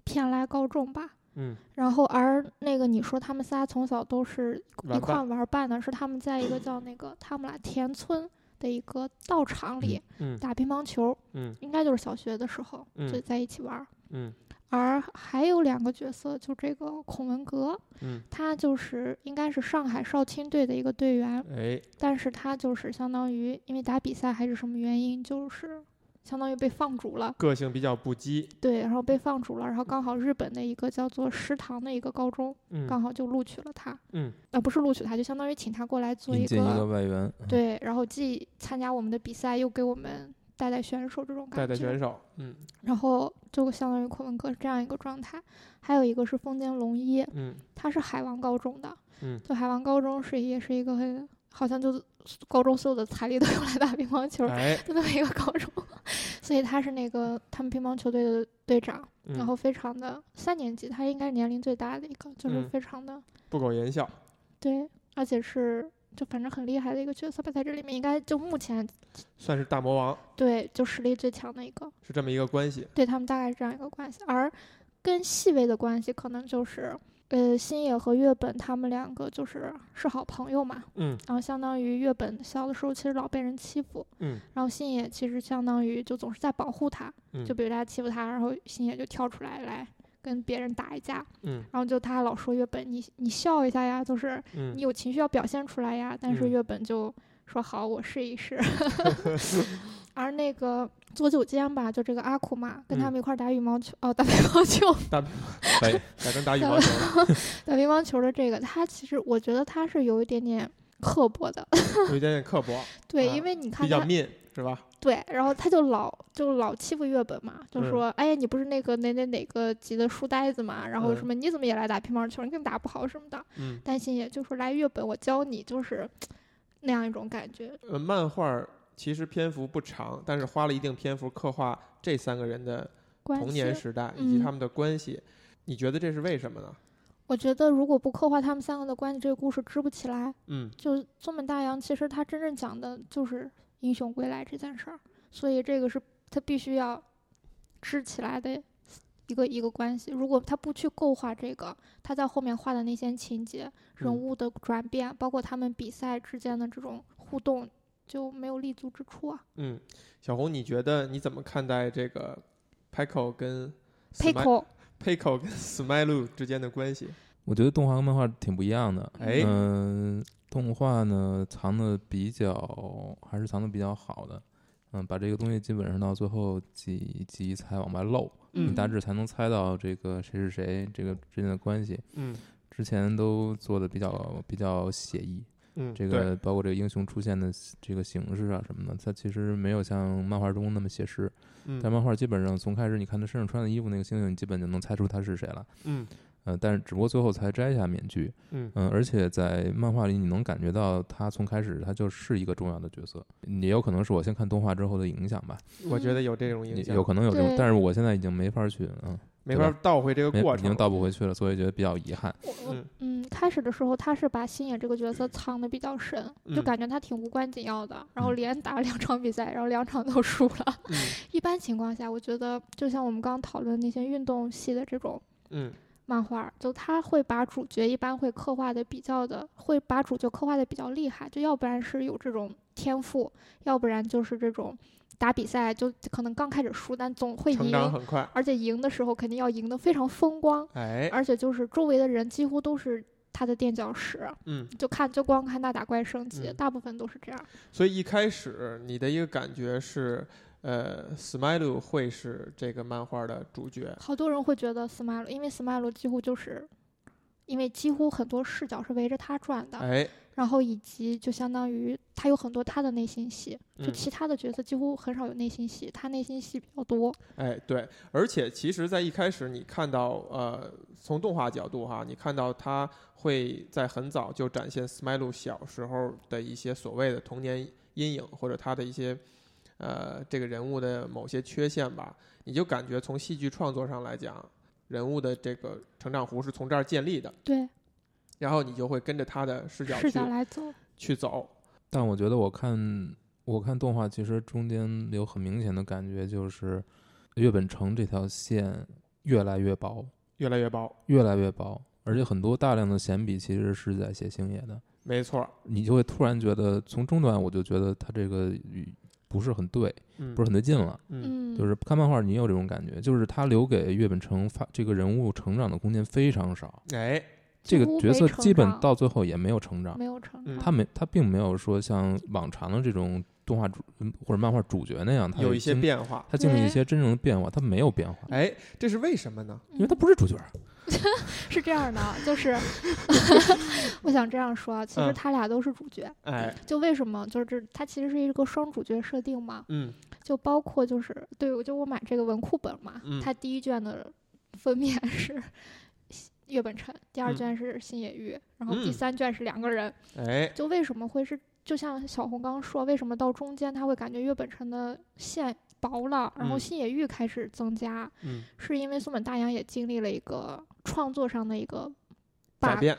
[SPEAKER 2] 偏来高中吧。
[SPEAKER 1] 嗯，
[SPEAKER 2] 然后，而那个你说他们仨从小都是一
[SPEAKER 1] 玩
[SPEAKER 2] 块
[SPEAKER 1] 伴
[SPEAKER 2] 儿玩儿伴的，是他们在一个叫那个塔姆拉田村的一个道场里
[SPEAKER 1] 嗯
[SPEAKER 2] 打乒乓球，
[SPEAKER 1] 嗯
[SPEAKER 2] 应该就是小学的时候
[SPEAKER 1] 嗯
[SPEAKER 2] 就在一起玩儿。
[SPEAKER 1] 嗯
[SPEAKER 2] 而还有两个角色，就这个孔文革，
[SPEAKER 1] 嗯，
[SPEAKER 2] 他就是应该是上海少青队的一个队员，
[SPEAKER 1] 哎，
[SPEAKER 2] 但是他就是相当于因为打比赛还是什么原因，就是相当于被放逐了，
[SPEAKER 1] 个性比较不羁。
[SPEAKER 2] 对，然后被放逐了，然后刚好日本的一个叫做食堂的一个高中，刚
[SPEAKER 1] 嗯
[SPEAKER 2] 好就录取了他。
[SPEAKER 1] 嗯
[SPEAKER 2] 呃，不是录取他，就相当于请他过来做
[SPEAKER 3] 引
[SPEAKER 2] 一
[SPEAKER 3] 进一个外援，
[SPEAKER 2] 对，然后既参加我们的比赛，又给我们带带选手这种
[SPEAKER 1] 带
[SPEAKER 2] 感觉。
[SPEAKER 1] 带选手，嗯
[SPEAKER 2] 然后就相当于孔文哥是这样一个状态。还有一个是风间龙一，
[SPEAKER 1] 嗯
[SPEAKER 2] 他是海王高中的，
[SPEAKER 1] 嗯
[SPEAKER 2] 就海王高中是也是一个很好像就是高中所有的财力都用来打乒乓球的
[SPEAKER 1] 哎，
[SPEAKER 2] 那么一个高中， (laughs) 所以他是那个他们乒乓球队的队长，
[SPEAKER 1] 嗯
[SPEAKER 2] 然后非常的三年级，他应该是年龄最大的一个，就是
[SPEAKER 1] 嗯
[SPEAKER 2] 非常的
[SPEAKER 1] 不苟言笑。
[SPEAKER 2] 对，而且是就反正很厉害的一个角色吧，在这里面应该就目前
[SPEAKER 1] 算是大魔王，
[SPEAKER 2] 对就实力最强的一个，
[SPEAKER 1] 是这么一个关系。
[SPEAKER 2] 对他们大概是这样一个关系。而更细微的关系可能就是，呃，星野和月本他们两个就是是好朋友嘛，
[SPEAKER 1] 嗯
[SPEAKER 2] 然后相当于月本小的时候其实老被人欺负，
[SPEAKER 1] 嗯
[SPEAKER 2] 然后星野其实相当于就总是在保护他，
[SPEAKER 1] 嗯，
[SPEAKER 2] 就比如大家欺负他，然后星野就跳出来来。跟别人打一架，
[SPEAKER 1] 嗯
[SPEAKER 2] 然后就他老说月本，你你笑一下呀，就是你
[SPEAKER 1] 嗯，
[SPEAKER 2] 有情绪要表现出来呀。但是
[SPEAKER 1] 嗯
[SPEAKER 2] 月本就说好，我试
[SPEAKER 1] (laughs)
[SPEAKER 2] 一试。而那个佐久间吧，就这个阿库嘛，跟
[SPEAKER 1] 嗯
[SPEAKER 2] 他们一块儿打羽毛球，哦，打乒乓球，
[SPEAKER 3] 哎，
[SPEAKER 1] 改成打羽毛球
[SPEAKER 2] (laughs)
[SPEAKER 1] 了，
[SPEAKER 2] 打乒乓球的这个，他其实我觉得他是有一点点刻薄的， (laughs)
[SPEAKER 1] 有一点点刻薄，
[SPEAKER 2] 对，
[SPEAKER 1] 啊
[SPEAKER 2] 因为你看
[SPEAKER 1] 比较
[SPEAKER 2] 他，
[SPEAKER 1] 命，是吧？
[SPEAKER 2] 对，然后他就老就老欺负月本嘛，就
[SPEAKER 1] 嗯
[SPEAKER 2] 说，哎呀，你不是那个哪哪哪个级的书呆子嘛，然后
[SPEAKER 1] 嗯
[SPEAKER 2] 什么你怎么也来打乒乓球，你更打不好什么的，
[SPEAKER 1] 嗯，
[SPEAKER 2] 但星野就说来月本，我教你，就是那样一种感觉，
[SPEAKER 1] 呃，漫画儿其实篇幅不长，但是花了一定篇幅刻画这三个人的
[SPEAKER 2] 关
[SPEAKER 1] 童年
[SPEAKER 2] 系
[SPEAKER 1] 时代以及
[SPEAKER 2] 嗯
[SPEAKER 1] 他们的关系。你觉得这是为什么呢？
[SPEAKER 2] 我觉得如果不刻画他们三个的关系，这个故事支不起来。
[SPEAKER 1] 嗯
[SPEAKER 2] 就松本大洋，其实他真正讲的就是英雄归来这件事儿，所以这个是他必须要支起来的一个一个关系。如果他不去构画这个，他在后面画的那些情节、人
[SPEAKER 1] 嗯
[SPEAKER 2] 物的转变，包括他们比赛之间的这种互动，就没有立足之处啊。
[SPEAKER 1] 嗯，小红，你觉得你怎么看待这个 Pico 跟 Smi-
[SPEAKER 2] Pico，
[SPEAKER 1] Pico 跟 Smilu 之间的关系？
[SPEAKER 3] 我觉得动画和漫画挺不一样的。
[SPEAKER 1] 哎
[SPEAKER 3] 嗯、动画呢藏的比较还是藏的比较好的，嗯，把这个东西基本上到最后几集才往外露，
[SPEAKER 1] 嗯
[SPEAKER 3] 你大致才能猜到这个谁是谁，这个之间的关系。
[SPEAKER 1] 嗯
[SPEAKER 3] 之前都做的比较比较写意，
[SPEAKER 1] 嗯，
[SPEAKER 3] 这
[SPEAKER 1] 对
[SPEAKER 3] 个包括这个英雄出现的这个形式啊什么的，它其实没有像漫画中那么写实。但
[SPEAKER 1] 嗯
[SPEAKER 3] 漫画基本上从开始你看他身上穿的衣服那个星星，你基本就能猜出他是谁了。
[SPEAKER 1] 嗯
[SPEAKER 3] 呃，但是只不过最后才摘下面具，
[SPEAKER 1] 嗯
[SPEAKER 3] 嗯，而且在漫画里，你能感觉到他从开始他就是一个重要的角色，也有可能是我先看动画之后的影响吧，
[SPEAKER 1] 我觉得有这种影
[SPEAKER 3] 也
[SPEAKER 1] 响，
[SPEAKER 3] 嗯有可能有这种
[SPEAKER 2] 对，
[SPEAKER 3] 但是我现在已经没法去，嗯，
[SPEAKER 1] 没
[SPEAKER 3] 对
[SPEAKER 1] 法
[SPEAKER 3] 吧
[SPEAKER 1] 倒回这个
[SPEAKER 3] 没
[SPEAKER 1] 过
[SPEAKER 3] 已
[SPEAKER 1] 程
[SPEAKER 3] 经
[SPEAKER 1] 了，
[SPEAKER 3] 倒不回去了，所以觉得比较遗憾。
[SPEAKER 2] 我我
[SPEAKER 1] 嗯
[SPEAKER 2] 嗯，开始的时候他是把星野这个角色藏的比较深，
[SPEAKER 1] 嗯
[SPEAKER 2] 就感觉他挺无关紧要的，然后
[SPEAKER 3] 嗯
[SPEAKER 2] 连打了两场比赛，然后两场都输了。
[SPEAKER 1] 嗯
[SPEAKER 2] (laughs) 一般情况下，我觉得就像我们刚刚讨论那些运动系的这种
[SPEAKER 1] 嗯
[SPEAKER 2] 漫画儿，就他会把主角一般会刻画的比较的，会把主角刻画的比较厉害，就要不然是有这种天赋，要不然就是这种打比赛就可能刚开始输，但总会
[SPEAKER 1] 成长
[SPEAKER 2] 赢，
[SPEAKER 1] 很快，
[SPEAKER 2] 而且赢的时候肯定要赢得非常风光。
[SPEAKER 1] 哎，
[SPEAKER 2] 而且就是周围的人几乎都是他的垫脚石，
[SPEAKER 1] 嗯，
[SPEAKER 2] 就看就光看他打怪升级，
[SPEAKER 1] 嗯
[SPEAKER 2] 大部分都是这样。
[SPEAKER 1] 所以一开始你的一个感觉是，呃，Smilu 会是这个漫画的主角，
[SPEAKER 2] 好多人会觉得 Smile，因为 Smile 几乎就是。因为几乎很多视角是围着他转的，
[SPEAKER 1] 哎，
[SPEAKER 2] 然后以及就相当于他有很多他的内心戏，就
[SPEAKER 1] 嗯
[SPEAKER 2] 其他的角色几乎很少有内心戏，他内心戏比较多。
[SPEAKER 1] 哎，对，而且其实，在一开始你看到，呃，从动画角度哈，你看到他会在很早就展现 Smile 小时候的一些所谓的童年阴影，或者他的一些，呃，这个人物的某些缺陷吧，你就感觉从戏剧创作上来讲，人物的这个成长弧是从这儿建立的，
[SPEAKER 2] 对，
[SPEAKER 1] 然后你就会跟着他的视角
[SPEAKER 2] 视
[SPEAKER 1] 去
[SPEAKER 2] 角来走，
[SPEAKER 1] 去走，
[SPEAKER 3] 但我觉得我看我看动画，其实中间有很明显的感觉，就是月本城这条线越来越薄，
[SPEAKER 1] 越来越薄，
[SPEAKER 3] 越来越薄，而且很多大量的闲笔其实是在写星野的，
[SPEAKER 1] 没错，
[SPEAKER 3] 你就会突然觉得，从中段我就觉得他这个语不是很对，
[SPEAKER 1] 嗯，
[SPEAKER 3] 不是很对劲了。
[SPEAKER 1] 嗯，
[SPEAKER 2] 嗯，
[SPEAKER 3] 就是看漫画，你也有这种感觉，就是他留给月本城发这个人物成长的空间非常少，
[SPEAKER 1] 哎，
[SPEAKER 3] 这个
[SPEAKER 2] 几乎
[SPEAKER 3] 角
[SPEAKER 2] 没
[SPEAKER 3] 色
[SPEAKER 2] 成
[SPEAKER 3] 基本
[SPEAKER 2] 长
[SPEAKER 3] 到最后也没有成长。
[SPEAKER 2] 没有成
[SPEAKER 1] 嗯
[SPEAKER 2] 长，
[SPEAKER 3] 他没，他并没有说像往常的这种动画主嗯或者漫画主角那样，他
[SPEAKER 1] 有一些
[SPEAKER 3] 经，
[SPEAKER 1] 变化，
[SPEAKER 3] 他经历一
[SPEAKER 2] 对
[SPEAKER 3] 些真正的变化，他没有变化，
[SPEAKER 1] 哎，这是为什么呢？
[SPEAKER 3] 因为他
[SPEAKER 2] 嗯
[SPEAKER 3] 不是主角。
[SPEAKER 2] 是这样的啊，就是
[SPEAKER 3] (laughs)
[SPEAKER 2] 我想这样说啊，其实
[SPEAKER 1] 嗯
[SPEAKER 2] 他俩都是主角，
[SPEAKER 1] 哎，
[SPEAKER 2] 就为什么就是这他其实是一个双主角设定嘛，
[SPEAKER 1] 嗯。
[SPEAKER 2] 就包括就是对我就我买这个文库本嘛，
[SPEAKER 1] 嗯
[SPEAKER 2] 它第一卷的封面 (laughs) 是岳本辰，第二
[SPEAKER 1] 嗯
[SPEAKER 2] 卷是新野玉，然后第
[SPEAKER 1] 嗯
[SPEAKER 2] 三卷是两个人，
[SPEAKER 1] 哎，
[SPEAKER 2] 就为什么会是就像小红刚说，为什么到中间他会感觉岳本辰的线薄了，然后
[SPEAKER 1] 嗯
[SPEAKER 2] 新野玉开始增加，
[SPEAKER 1] 嗯，
[SPEAKER 2] 是因为松本大洋也经历了一个创作上的一个
[SPEAKER 1] 改
[SPEAKER 2] bug
[SPEAKER 1] 变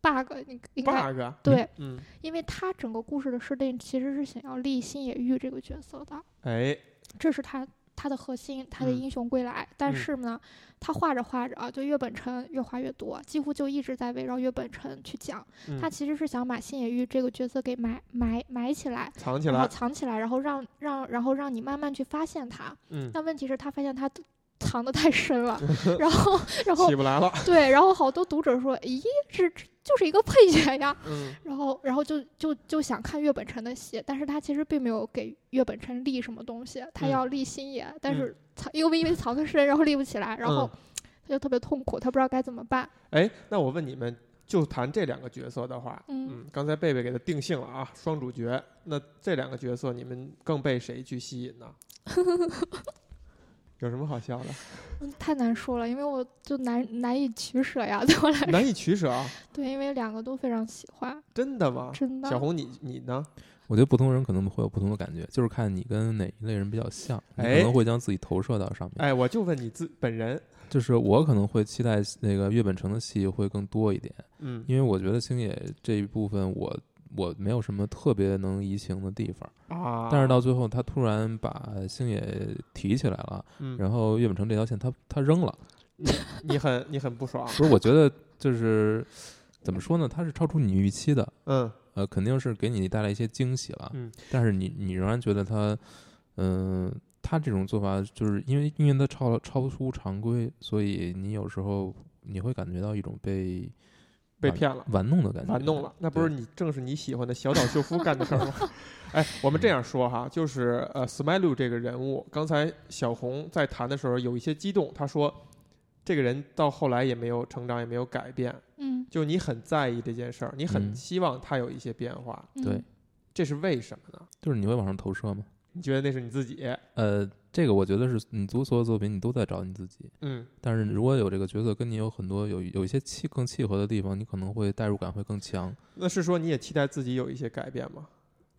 [SPEAKER 2] bug，应应该
[SPEAKER 1] bug，
[SPEAKER 2] 对，
[SPEAKER 1] 嗯，
[SPEAKER 2] 因为他整个故事的设定其实是想要立新野玉这个角色的，
[SPEAKER 1] 哎，
[SPEAKER 2] 这是他他的核心，他的
[SPEAKER 1] 嗯
[SPEAKER 2] 英雄归来。但
[SPEAKER 1] 嗯
[SPEAKER 2] 是呢，他画着画着啊，就岳本辰越画越多，几乎就一直在围绕岳本辰去讲。
[SPEAKER 1] 嗯
[SPEAKER 2] 他其实是想把新野玉这个角色给埋埋埋起来。
[SPEAKER 1] 藏起
[SPEAKER 2] 然后
[SPEAKER 1] 来，
[SPEAKER 2] 藏起来，然后让让然后让你慢慢去发现他。
[SPEAKER 1] 嗯，
[SPEAKER 2] 但问题是，他发现他藏得太深
[SPEAKER 1] (laughs)
[SPEAKER 2] 了，然后然后
[SPEAKER 1] 起不来了，
[SPEAKER 2] 对，然后好多读者说，咦，这这就是一个配角呀，
[SPEAKER 1] 嗯，
[SPEAKER 2] 然后，然后就就就想看岳本辰的戏，但是他其实并没有给岳本辰立什么东西，他
[SPEAKER 1] 嗯
[SPEAKER 2] 要立新野，但
[SPEAKER 1] 嗯
[SPEAKER 2] 是藏因为因为藏得深，然后立不起来，然后
[SPEAKER 1] 嗯
[SPEAKER 2] 他就特别痛苦，他不知道该怎么办。
[SPEAKER 1] 哎，那我问你们，就谈这两个角色的话，
[SPEAKER 2] 嗯，
[SPEAKER 1] 嗯，刚才贝贝给他定性了啊，双主角，那这两个角色你们更被谁去吸引呢？有什么好笑的？
[SPEAKER 2] 嗯太难说了，因为我就难难以取舍呀， (laughs) 对我来说，
[SPEAKER 1] 难以取舍啊，
[SPEAKER 2] 对，因为两个都非常喜欢，
[SPEAKER 1] 真的吗？
[SPEAKER 2] 真的。
[SPEAKER 1] 哦小红，你你呢？
[SPEAKER 3] 我觉得不同人可能会有不同的感觉，就是看你跟哪一类人比较像，你可
[SPEAKER 1] 哎
[SPEAKER 3] 能会将自己投射到上面。
[SPEAKER 1] 哎，我就问你自本人，
[SPEAKER 3] 就是我可能会期待那个月本城的戏会更多一点，
[SPEAKER 1] 嗯
[SPEAKER 3] 因为我觉得星野这一部分我我没有什么特别能移情的地方。
[SPEAKER 1] 啊，
[SPEAKER 3] 但是到最后，他突然把星野提起来了，
[SPEAKER 1] 嗯，
[SPEAKER 3] 然后岳本成这条线他他扔了，
[SPEAKER 1] 你很你很不爽，
[SPEAKER 3] 不是？我觉得就是怎么说呢？他是超出你预期的，
[SPEAKER 1] 嗯，
[SPEAKER 3] 呃，肯定是给你带来一些惊喜了。
[SPEAKER 1] 嗯，
[SPEAKER 3] 但是你你仍然觉得他，嗯、他这种做法就是因为因为他超超出常规，所以你有时候你会感觉到一种被
[SPEAKER 1] 被
[SPEAKER 3] 玩
[SPEAKER 1] 骗了。
[SPEAKER 3] 玩弄的感觉，
[SPEAKER 1] 玩弄了，那不是
[SPEAKER 3] 对
[SPEAKER 1] 你正是你喜欢的小岛秀夫干的事儿吗？
[SPEAKER 3] (laughs)
[SPEAKER 1] 哎，我们这样说哈，就是呃，Smile 这个人物，刚才小红在谈的时候有一些激动，她说这个人到后来也没有成长，也没有改变，
[SPEAKER 2] 嗯，
[SPEAKER 1] 就你很在意这件事儿，你很
[SPEAKER 3] 嗯
[SPEAKER 1] 希望他有一些变化，
[SPEAKER 3] 对
[SPEAKER 2] 嗯
[SPEAKER 1] 这是为什么呢？
[SPEAKER 3] 就是你会往上投射吗？
[SPEAKER 1] 你觉得那是你自己？
[SPEAKER 3] 呃，这个我觉得是你读所有作品，你都在找你自己。
[SPEAKER 1] 嗯，
[SPEAKER 3] 但是如果有这个角色跟你有很多有有一些契更契合的地方，你可能会代入感会更强。
[SPEAKER 1] 那是说你也期待自己有一些改变吗？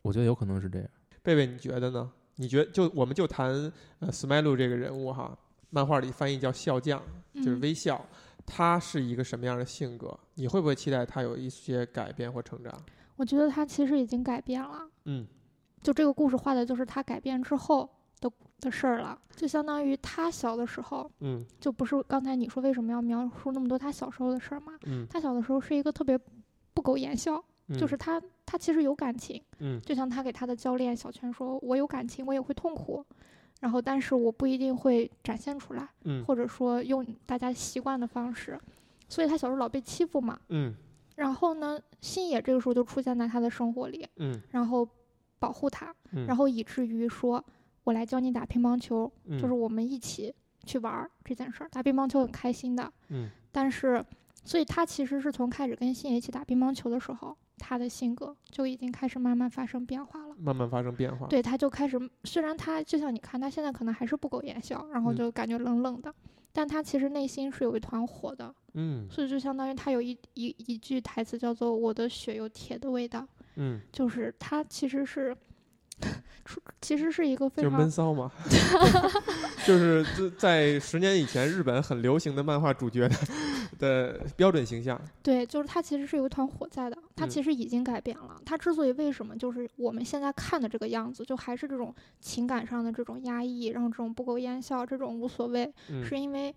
[SPEAKER 3] 我觉得有可能是这样。
[SPEAKER 1] 贝贝，你觉得呢？你觉就我们就谈呃 Smile 这个人物哈，漫画里翻译叫笑匠，就是
[SPEAKER 2] 嗯
[SPEAKER 1] 微笑，他是一个什么样的性格？你会不会期待他有一些改变或成长？
[SPEAKER 2] 我觉得他其实已经改变了。
[SPEAKER 1] 嗯，
[SPEAKER 2] 就这个故事画的就是他改变之后的的事儿了，就相当于他小的时候，
[SPEAKER 1] 嗯
[SPEAKER 2] 就不是刚才你说为什么要描述那么多他小时候的事儿嘛？
[SPEAKER 1] 嗯，
[SPEAKER 2] 他小的时候是一个特别不苟言笑，就是他他其实有感情，
[SPEAKER 1] 嗯
[SPEAKER 2] 就像他给他的教练小泉说：“我有感情，我也会痛苦，然后但是我不一定会展现出来，
[SPEAKER 1] 嗯
[SPEAKER 2] 或者说用大家习惯的方式。”所以他小时候老被欺负嘛。
[SPEAKER 1] 嗯
[SPEAKER 2] 然后呢，星野这个时候就出现在他的生活里，
[SPEAKER 1] 嗯
[SPEAKER 2] 然后保护他，
[SPEAKER 1] 嗯，
[SPEAKER 2] 然后以至于说：“我来教你打乒乓球，
[SPEAKER 1] 嗯
[SPEAKER 2] 就是我们一起去玩儿这件事儿。打乒乓球很开心的，
[SPEAKER 1] 嗯
[SPEAKER 2] 但是所以他其实是从开始跟信爷一起打乒乓球的时候，他的性格就已经开始慢慢发生变化了。
[SPEAKER 1] 慢慢发生变化。
[SPEAKER 2] 对，他就开始，虽然他就像你看，他现在可能还是不苟言笑，然后
[SPEAKER 1] 嗯
[SPEAKER 2] 就感觉冷冷的，但他其实内心是有一团火的，
[SPEAKER 1] 嗯
[SPEAKER 2] 所以就相当于他有一一一句台词叫做“我的血有铁的味道
[SPEAKER 1] 嗯，”，
[SPEAKER 2] 就是他其实是， (laughs) 出其实是一个非
[SPEAKER 1] 就是
[SPEAKER 2] 常
[SPEAKER 1] 闷骚
[SPEAKER 2] (laughs)
[SPEAKER 1] 嘛， (laughs) 就是这在十年以前日本很流行的漫画主角的的标准形象。
[SPEAKER 2] 对，就是他其实是有一团火在的，他
[SPEAKER 1] 嗯
[SPEAKER 2] 其实已经改变了。他之所以为什么就是我们现在看的这个样子，就还是这种情感上的这种压抑，然后这种不苟言笑，这种无所谓，
[SPEAKER 1] 嗯
[SPEAKER 2] 是因为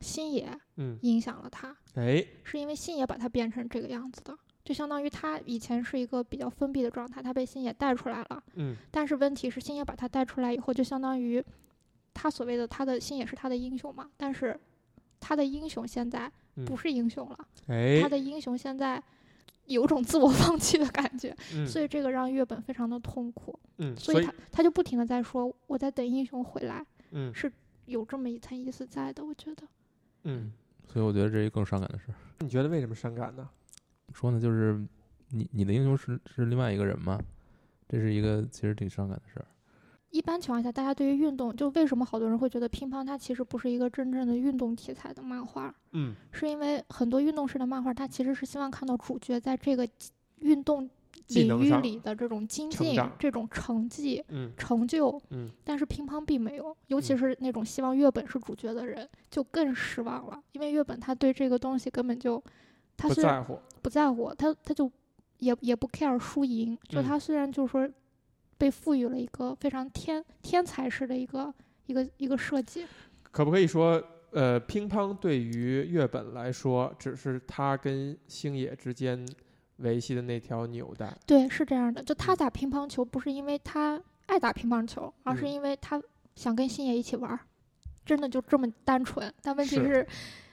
[SPEAKER 2] 星野
[SPEAKER 1] 嗯，
[SPEAKER 2] 影响了他，
[SPEAKER 1] 哎，
[SPEAKER 2] 是因为星野把他变成这个样子的。就相当于他以前是一个比较封闭的状态，他被星野带出来了。
[SPEAKER 1] 嗯
[SPEAKER 2] 但是问题是，星野把他带出来以后，就相当于他所谓的他的星野是他的英雄嘛，但是他的英雄现在
[SPEAKER 1] 嗯
[SPEAKER 2] 不是英雄了。
[SPEAKER 1] 哎
[SPEAKER 2] 他，的英雄现在有种自我放弃的感觉，
[SPEAKER 1] 嗯
[SPEAKER 2] 所以这个让月本非常的痛苦，
[SPEAKER 1] 嗯，
[SPEAKER 2] 所
[SPEAKER 1] 所
[SPEAKER 2] 以他他就不停的在说我在等英雄回来，
[SPEAKER 1] 嗯
[SPEAKER 2] 有这么一层意思在的，我觉得
[SPEAKER 1] 嗯，
[SPEAKER 3] 所以我觉得这是更伤感的事儿。
[SPEAKER 1] 你觉得为什么伤感呢？
[SPEAKER 3] 说呢，就是你你的英雄是是另外一个人吗？这是一个其实挺伤感的事儿。
[SPEAKER 2] 一般情况下，大家对于运动，就为什么好多人会觉得乒乓它其实不是一个真正的运动题材的漫画，
[SPEAKER 1] 嗯
[SPEAKER 2] 是因为很多运动式的漫画，它其实是希望看到主角在这个运动
[SPEAKER 1] 技
[SPEAKER 2] 领
[SPEAKER 1] 能
[SPEAKER 2] 域
[SPEAKER 1] 上
[SPEAKER 2] 里的这种精
[SPEAKER 1] 成
[SPEAKER 2] 进
[SPEAKER 1] 长、
[SPEAKER 2] 这种成绩、
[SPEAKER 1] 嗯
[SPEAKER 2] 成就，
[SPEAKER 1] 嗯
[SPEAKER 2] 但是乒乓并没有，尤其
[SPEAKER 1] 嗯
[SPEAKER 2] 是那种希望月本是主角的人，就更失望了，因为月本他对这个东西根本就，他
[SPEAKER 1] 不
[SPEAKER 2] 虽然
[SPEAKER 1] 在乎。
[SPEAKER 2] 不在乎，他他就也也不 care 输赢，就
[SPEAKER 1] 嗯
[SPEAKER 2] 他虽然就是说被赋予了一个非常天天才式的一个一个一个设计，
[SPEAKER 1] 可不可以说，呃，乒乓对于月本来说，只是他跟星野之间维系的那条纽带？
[SPEAKER 2] 对，是这样的，就他
[SPEAKER 3] 嗯
[SPEAKER 2] 打乒乓球不是因为他爱打乒乓球，而是
[SPEAKER 1] 嗯
[SPEAKER 2] 因为他想跟星野一起玩儿，真的就这么单纯。但问题
[SPEAKER 1] 是
[SPEAKER 2] 是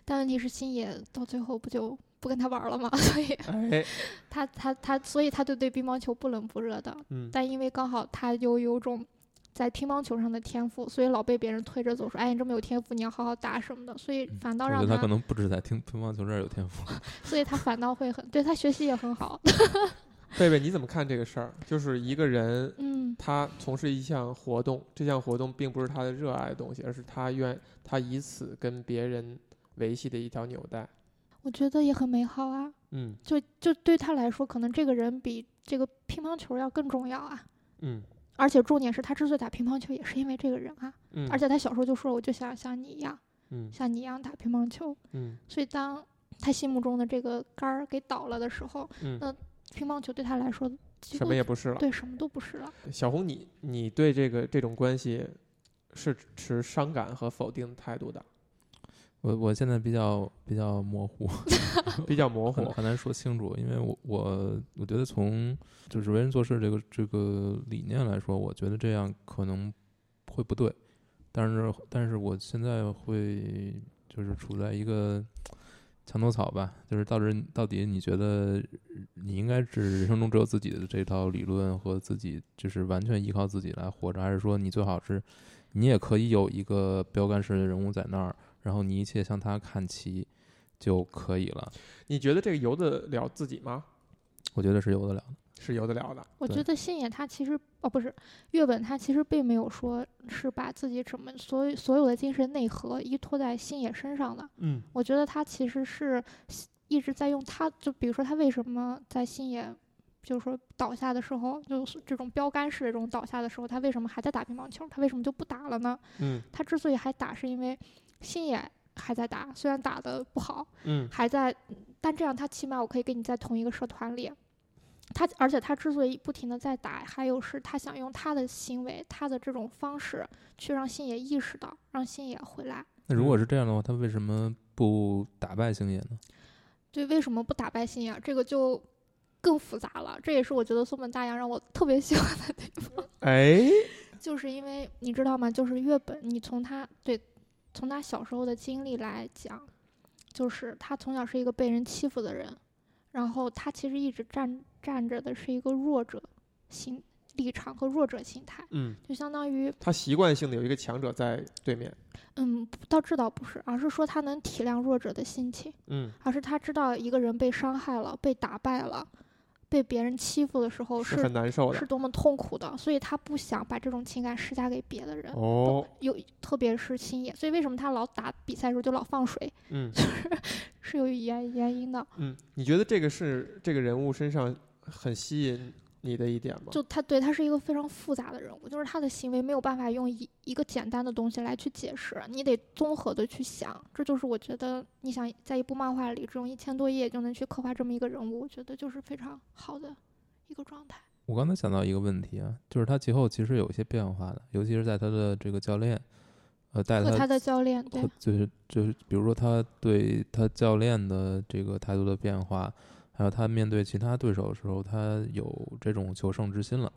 [SPEAKER 2] 但问题是星野到最后不就不跟他玩儿了吗？ (laughs) 所以。
[SPEAKER 1] 哎，
[SPEAKER 2] 他他他，所以他就对乒乓球不冷不热的。
[SPEAKER 1] 嗯，
[SPEAKER 2] 但因为刚好他又有种在乒乓球上的天赋，所以老被别人推着走，说：“哎，你这么有天赋，你要好好打什么的。”所以反倒
[SPEAKER 3] 嗯我觉
[SPEAKER 2] 让
[SPEAKER 3] 得他可能不止在听乒乓球这儿有天赋。 (laughs)
[SPEAKER 2] 所以他反倒会很对他学习也很好。
[SPEAKER 3] 嗯
[SPEAKER 1] 贝贝，你怎么看这个事儿？就是一个人。
[SPEAKER 2] 嗯，
[SPEAKER 1] 他从事一项活动，这项活动并不是他的热爱的东西，而是他愿他以此跟别人维系的一条纽带。
[SPEAKER 2] 我觉得也很美好啊。
[SPEAKER 1] 嗯
[SPEAKER 2] 就就对他来说，可能这个人比这个乒乓球要更重要啊。
[SPEAKER 1] 嗯
[SPEAKER 2] 而且重点是他之所以打乒乓球，也是因为这个人啊。
[SPEAKER 1] 嗯，
[SPEAKER 2] 而且他小时候就说：“我就想像你一样，
[SPEAKER 1] 嗯
[SPEAKER 2] 像你一样打乒乓球。
[SPEAKER 1] 嗯”
[SPEAKER 2] 所以当他心目中的这个杆儿给倒了的时候，
[SPEAKER 1] 嗯，
[SPEAKER 2] 那乒乓球对他来说几
[SPEAKER 1] 什
[SPEAKER 2] 乎
[SPEAKER 1] 么也不是了。
[SPEAKER 2] 呃对什么都不是了。
[SPEAKER 1] 小红你，你对这个这种关系是持伤感和否定态度的，
[SPEAKER 3] 我我现在比较比较模糊，
[SPEAKER 1] 比较模
[SPEAKER 3] 很
[SPEAKER 1] 糊。
[SPEAKER 3] 很难说清楚，因为我我我觉得从就是为人做事这个这个理念来说，我觉得这样可能会不对，但是但是我现在会就是处在一个墙头草吧，就是到底到底你觉得你应该是人生中只有自己的这套理论和自己就是完全依靠自己来活着，还是说你最好是你也可以有一个标杆式的人物在那儿，然后你一切向他看齐就可以了。
[SPEAKER 1] 你觉得这个由得了自己吗？
[SPEAKER 3] 我觉得是有得了的。
[SPEAKER 1] 是由得了的。
[SPEAKER 2] 我
[SPEAKER 3] 对
[SPEAKER 2] 觉得信野他其实哦不是月本他其实并没有说是把自己什么所有所有的精神内核依托在信野身上的。
[SPEAKER 1] 嗯
[SPEAKER 2] 我觉得他其实是一直在用他，就比如说他为什么在信野。就是说倒下的时候，就是这种标杆式的这种倒下的时候，他为什么还在打乒乓球？他为什么就不打了呢？
[SPEAKER 1] 嗯
[SPEAKER 2] 他之所以还打，是因为信野还在打，虽然打的不好，
[SPEAKER 1] 嗯
[SPEAKER 2] 还在，但这样他起码我可以跟你在同一个社团里。他而且他之所以不停的在打，还有是他想用他的行为、他的这种方式去让星野意识到，让星野回来。
[SPEAKER 3] 那如果是这样的话，他为什么不打败星野呢？
[SPEAKER 2] 对，为什么不打败星野？这个就更复杂了。这也是我觉得松本大洋让我特别喜欢的地方，
[SPEAKER 1] 哎，
[SPEAKER 2] (laughs) 就是因为你知道吗？就是月本，你从他对，从他小时候的经历来讲，就是他从小是一个被人欺负的人，然后他其实一直站站着的是一个弱者心立场和弱者心态，
[SPEAKER 1] 嗯，
[SPEAKER 2] 就相当于
[SPEAKER 1] 他习惯性的有一个强者在对面，
[SPEAKER 2] 嗯，倒这倒不是，而是说他能体谅弱者的心情，
[SPEAKER 1] 嗯，
[SPEAKER 2] 而是他知道一个人被伤害了、被打败了、被别人欺负的时候
[SPEAKER 1] 是
[SPEAKER 2] 是
[SPEAKER 1] 很难受的
[SPEAKER 2] 是。多么痛苦的，所以他不想把这种情感施加给别的人。
[SPEAKER 1] 哦，
[SPEAKER 2] 有，特别是星野，所以为什么他老打比赛的时候就老放水，
[SPEAKER 1] 嗯
[SPEAKER 2] 是有原原因的。
[SPEAKER 1] 嗯，你觉得这个是这个人物身上很吸引你的一点吗？
[SPEAKER 2] 就他对他是一个非常复杂的人物，就是他的行为没有办法用一一个简单的东西来去解释，你得综合的去想。这就是我觉得你想在一部漫画里，这种一千多页就能去刻画这么一个人物，我觉得就是非常好的一个状态。
[SPEAKER 3] 我刚才想到一个问题啊，就是他其后其实有一些变化的，尤其是在他的这个教练，呃，带
[SPEAKER 2] 和他
[SPEAKER 3] 他
[SPEAKER 2] 的教练对
[SPEAKER 3] 和，就是就是比如说他对他教练的这个态度的变化，还有他面对其他对手的时候，他有这种求胜之心了。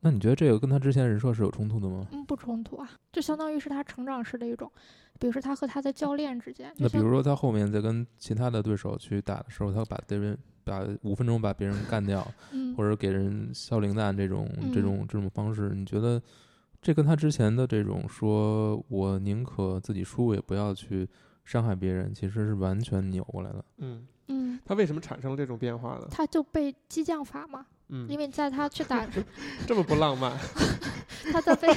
[SPEAKER 3] 那你觉得这个跟他之前人设是有冲突的吗？
[SPEAKER 2] 嗯，不冲突啊，就相当于是他成长式的一种，比如说他和他的教练之间，就
[SPEAKER 3] 那比
[SPEAKER 2] 像
[SPEAKER 3] 如说他后面在跟其他的对手去打的时候，他把别人把五分钟把别人干掉，
[SPEAKER 2] 嗯，
[SPEAKER 3] 或者给人消零蛋这种这
[SPEAKER 2] 嗯
[SPEAKER 3] 种这种方式，你觉得这跟他之前的这种说我宁可自己输，也不要去伤害别人，其实是完全扭过来的。
[SPEAKER 1] 嗯，
[SPEAKER 2] 嗯，
[SPEAKER 1] 他为什么产生了这种变化呢？
[SPEAKER 2] 他就被激将法嘛，因
[SPEAKER 1] 嗯，
[SPEAKER 2] 为在他去
[SPEAKER 3] (laughs)
[SPEAKER 2] 打
[SPEAKER 1] 这么不浪
[SPEAKER 2] (laughs)
[SPEAKER 1] 漫，
[SPEAKER 2] 他在被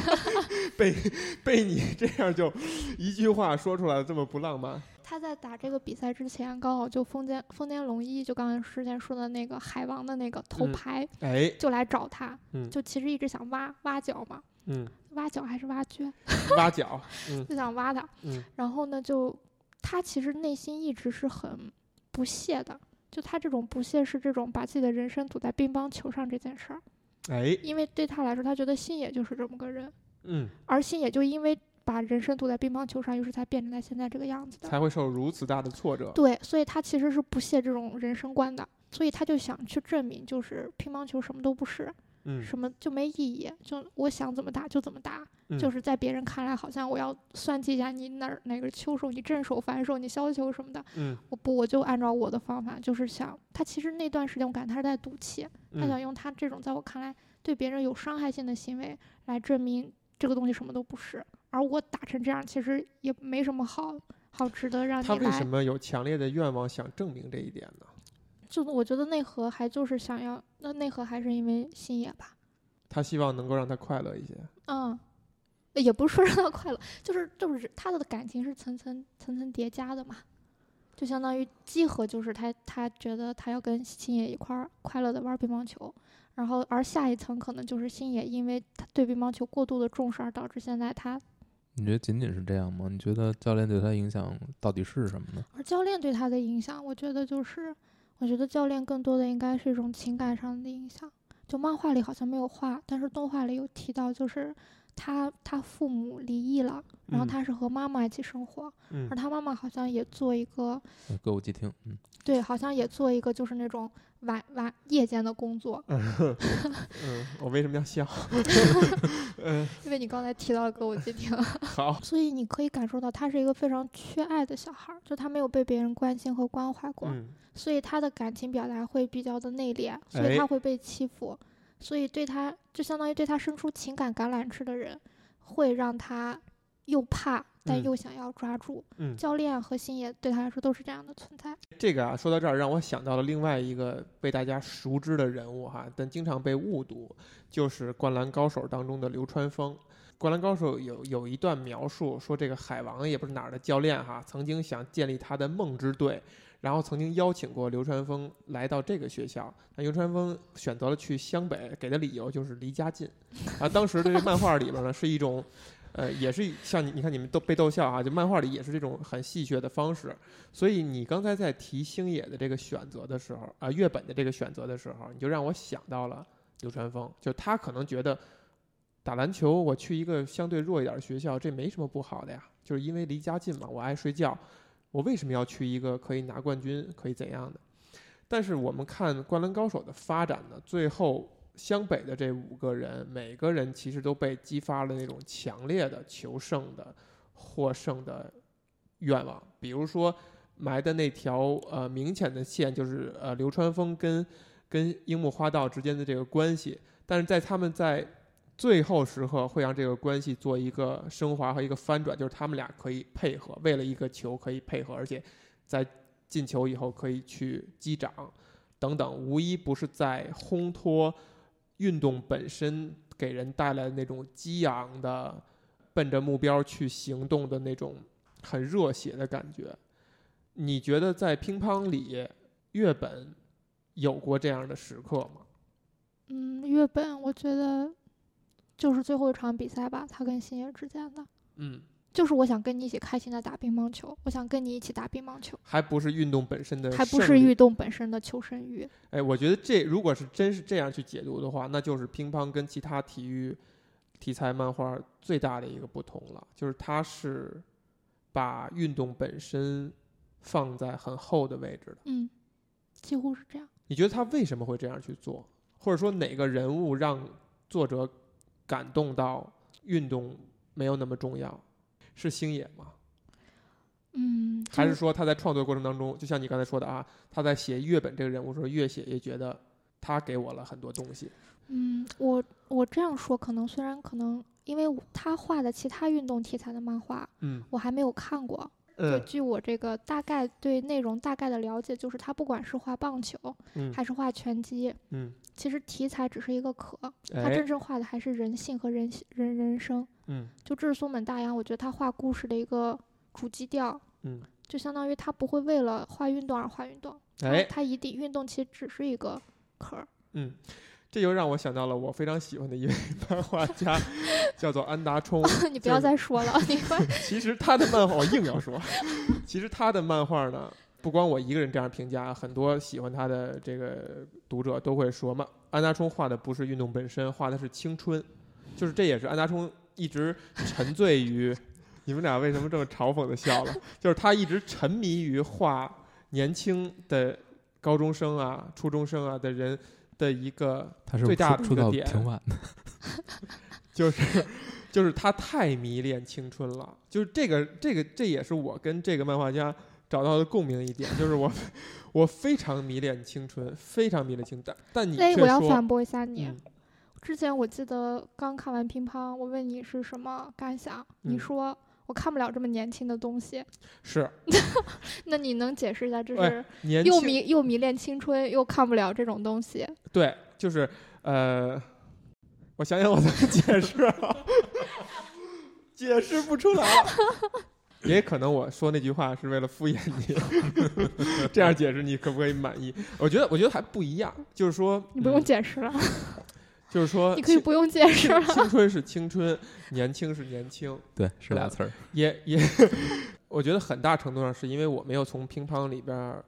[SPEAKER 1] 被被你这样就一句话说出来了，这么不浪漫。
[SPEAKER 2] 他在打这个比赛之前，刚好就丰间丰间龙一就刚才之前说的那个海王的那个头
[SPEAKER 1] 嗯
[SPEAKER 2] 牌、
[SPEAKER 1] 哎，
[SPEAKER 2] 就来找他，
[SPEAKER 1] 嗯
[SPEAKER 2] 就其实一直想挖挖角嘛，
[SPEAKER 1] 嗯，
[SPEAKER 2] 挖角还是挖掘，
[SPEAKER 1] 挖角，嗯
[SPEAKER 2] 就想挖他。
[SPEAKER 1] 嗯
[SPEAKER 2] 然后呢，就他其实内心一直是很不屑的，就他这种不屑是这种把自己的人生赌在乒乓球上这件事儿，
[SPEAKER 1] 哎，
[SPEAKER 2] 因为对他来说，他觉得星野就是这么个人，
[SPEAKER 1] 嗯，
[SPEAKER 2] 而星野就因为把人生赌在乒乓球上，于是才变成他现在这个样子的。
[SPEAKER 1] 才会受如此大的挫折。
[SPEAKER 2] 对，所以他其实是不屑这种人生观的，所以他就想去证明，就是乒乓球什么都不是，
[SPEAKER 1] 嗯，
[SPEAKER 2] 什么就没意义，就我想怎么打就怎么打，
[SPEAKER 1] 嗯
[SPEAKER 2] 就是在别人看来好像我要算计一下你哪儿哪个球手，你正手、反手、你削球什么的，
[SPEAKER 1] 嗯，
[SPEAKER 2] 我不我就按照我的方法，就是想他其实那段时间我感觉他是在赌气，他
[SPEAKER 1] 嗯
[SPEAKER 2] 想用他这种在我看来对别人有伤害性的行为来证明这个东西什么都不是，而我打成这样其实也没什么好好值得让你
[SPEAKER 1] 他为
[SPEAKER 2] 来
[SPEAKER 1] 什。么有强烈的愿望想证明这一点呢？
[SPEAKER 2] 就我觉得内核还就是想要，那内核还是因为星野吧，
[SPEAKER 1] 他希望能够让他快乐一些。
[SPEAKER 2] 嗯，也不是说让他快乐，就是就是他的感情是层层层层叠加的嘛，就相当于集合，就是他他觉得他要跟星野一块儿快乐的玩乒乓球，然后而下一层可能就是星野因为他对乒乓球过度的重视而导致现在他，
[SPEAKER 3] 你觉得仅仅是这样吗？你觉得教练对他影响到底是什么呢？
[SPEAKER 2] 而教练对他的影响，我觉得就是我觉得教练更多的应该是一种情感上的影响。就漫画里好像没有画，但是动画里有提到，就是他他父母离异了，然后
[SPEAKER 1] 嗯
[SPEAKER 2] 他是和妈妈一起生活，
[SPEAKER 1] 嗯
[SPEAKER 2] 而他妈妈好像也做一个，
[SPEAKER 3] 呃歌舞伎町，嗯，
[SPEAKER 2] 对，好像也做一个就是那种晚晚夜间的工作，
[SPEAKER 1] 嗯，我为什么要
[SPEAKER 2] (laughs)
[SPEAKER 1] 笑？嗯，
[SPEAKER 2] 因为你刚才提到歌舞伎町，
[SPEAKER 1] (laughs) 好，
[SPEAKER 2] 所以你可以感受到他是一个非常缺爱的小孩儿，就他没有被别人关心和关怀过，
[SPEAKER 1] 嗯
[SPEAKER 2] 所以他的感情表达会比较的内敛，所以
[SPEAKER 1] 哎
[SPEAKER 2] 他会被欺负，所以对他就相当于对他伸出情感橄榄枝的人，会让他又怕但
[SPEAKER 1] 嗯
[SPEAKER 2] 又想要抓住。
[SPEAKER 1] 嗯，
[SPEAKER 2] 教练和星野对他来说都是这样的存在。
[SPEAKER 1] 这个啊，说到这儿，让我想到了另外一个被大家熟知的人物哈，但经常被误读，就是《灌篮高手》当中的流川枫。《灌篮高手有》有一段描述说，这个海王也不是哪儿的教练哈，曾经想建立他的梦之队，然后曾经邀请过流川枫来到这个学校，但流川枫选择了去湘北，给的理由就是离家近。啊，当时这个漫画里边呢是一种。呃，也是像你，你看你们都被逗笑哈、就漫画里也是这种很戏谑的方式，所以你刚才在提星野的这个选择的时候，啊、月本的这个选择的时候，你就让我想到了流川枫，就他可能觉得打篮球，我去一个相对弱一点的学校，这没什么不好的呀，就是因为离家近嘛，我爱睡觉，我为什么要去一个可以拿冠军、可以怎样的？但是我们看《灌篮高手》的发展呢，最后湘北的这五个人，每个人其实都被激发了那种强烈的求胜的、获胜的愿望，比如说。埋的那条呃明显的线，就是呃流川枫跟跟樱木花道之间的这个关系。但是在他们在最后时刻会让这个关系做一个升华和一个翻转，就是他们俩可以配合，为了一个球可以配合，而且在进球以后可以去击掌等等，无一不是在烘托运动本身给人带来的那种激昂的、奔着目标去行动的那种很热血的感觉。你觉得在乒乓里，月本有过这样的时刻吗？
[SPEAKER 2] 嗯，月本我觉得就是最后一场比赛吧，他跟星野之间的，
[SPEAKER 1] 嗯，
[SPEAKER 2] 就是我想跟你一起开心的打乒乓球，我想跟你一起打乒乓球，
[SPEAKER 1] 还不是运动本身呃的胜利，
[SPEAKER 2] 还不是运动本身的求生欲。
[SPEAKER 1] 哎，我觉得这如果是真是这样去解读的话，那就是乒乓跟其他体育题材漫画最大的一个不同了，就是它是把运动本身放在很后的位置的。
[SPEAKER 2] 嗯，几乎是这样。
[SPEAKER 1] 你觉得他为什么会这样去做，或者说哪个人物让作者感动到运动没有那么重要？是星野吗？
[SPEAKER 2] 嗯，就
[SPEAKER 1] 还是说他在创作过程当中，就像你刚才说的啊，他在写月本这个人物的时候，越写越觉得他给我了很多东西。
[SPEAKER 2] 嗯，我我这样说，可能虽然可能因为我他画的其他运动题材的漫画
[SPEAKER 1] 嗯
[SPEAKER 2] 我还没有看过，就
[SPEAKER 1] 嗯
[SPEAKER 2] 据我这个大概对内容大概的了解，就是他不管是画棒球
[SPEAKER 1] 嗯
[SPEAKER 2] 还是画拳击，
[SPEAKER 1] 嗯，
[SPEAKER 2] 其实题材只是一个壳，他
[SPEAKER 1] 哎
[SPEAKER 2] 真正画的还是人性和人人人生。
[SPEAKER 1] 嗯
[SPEAKER 2] 就这是松本大洋，我觉得他画故事的一个主基调，
[SPEAKER 1] 嗯，
[SPEAKER 2] 就相当于他不会为了画运动而画运动，他
[SPEAKER 1] 哎
[SPEAKER 2] 他一定运动其实只是一个
[SPEAKER 1] (clears throat)
[SPEAKER 2] 壳儿。
[SPEAKER 1] 嗯，这又让我想到了我非常喜欢的一位 (laughs) 漫画家，叫做安达充。
[SPEAKER 2] 你不
[SPEAKER 1] 就
[SPEAKER 2] 要
[SPEAKER 1] 是
[SPEAKER 2] 再
[SPEAKER 1] (laughs)
[SPEAKER 2] 说了，你快
[SPEAKER 1] 其实他的漫画我硬要说， (laughs) 其实他的漫画呢，不光我一个人这样评价，很多喜欢他的这个读者都会说嘛，安达充画的不是运动本身，画的是青春，就是这也是安达充一直沉醉于，你们俩为什么这么嘲讽的笑了？ (laughs) 就是他一直沉迷于画年轻的高中生啊、初中生啊的人的一个
[SPEAKER 3] 他是
[SPEAKER 1] 最大
[SPEAKER 3] 出
[SPEAKER 1] 的一
[SPEAKER 3] 出
[SPEAKER 1] 个
[SPEAKER 3] 道
[SPEAKER 1] 点
[SPEAKER 3] 挺晚的，
[SPEAKER 1] 就是就是他太迷恋青春了，就是这个这个这也是我跟这个漫画家找到的共鸣一点，就是我 (laughs) 我非常迷恋青春，非常迷恋青，但但你
[SPEAKER 2] 哎，
[SPEAKER 1] 却
[SPEAKER 2] 我要
[SPEAKER 1] 说，
[SPEAKER 2] 反驳一下你。
[SPEAKER 1] 嗯
[SPEAKER 2] 之前我记得刚看完乒乓，我问你是什么感想，
[SPEAKER 1] 嗯
[SPEAKER 2] 你说我看不了这么年轻的东西。
[SPEAKER 1] 是
[SPEAKER 2] 那你能解释一下，这
[SPEAKER 1] 哎
[SPEAKER 2] 是
[SPEAKER 1] 年
[SPEAKER 2] 又
[SPEAKER 1] 轻
[SPEAKER 2] 迷又迷恋青春，又看不了这种东西？
[SPEAKER 1] 对，就是呃，我想想我怎么解释啊，解释不出来了。也可能我说那句话是为了敷衍你，这样解释你可不可以满意？我觉得，我觉得还不一样，就是说，
[SPEAKER 2] 你不用
[SPEAKER 1] 嗯
[SPEAKER 2] 解
[SPEAKER 1] (laughs)
[SPEAKER 2] 释了，
[SPEAKER 1] 就是说，
[SPEAKER 2] 你可以不用解
[SPEAKER 1] (laughs)
[SPEAKER 2] 释
[SPEAKER 1] 青
[SPEAKER 2] 了。
[SPEAKER 1] 青春是青春，年轻是年轻，
[SPEAKER 3] 对，是
[SPEAKER 1] 啊
[SPEAKER 3] 俩词儿。
[SPEAKER 1] 也也， (laughs) 我觉得很大程度上是因为我没有从乒乓里边儿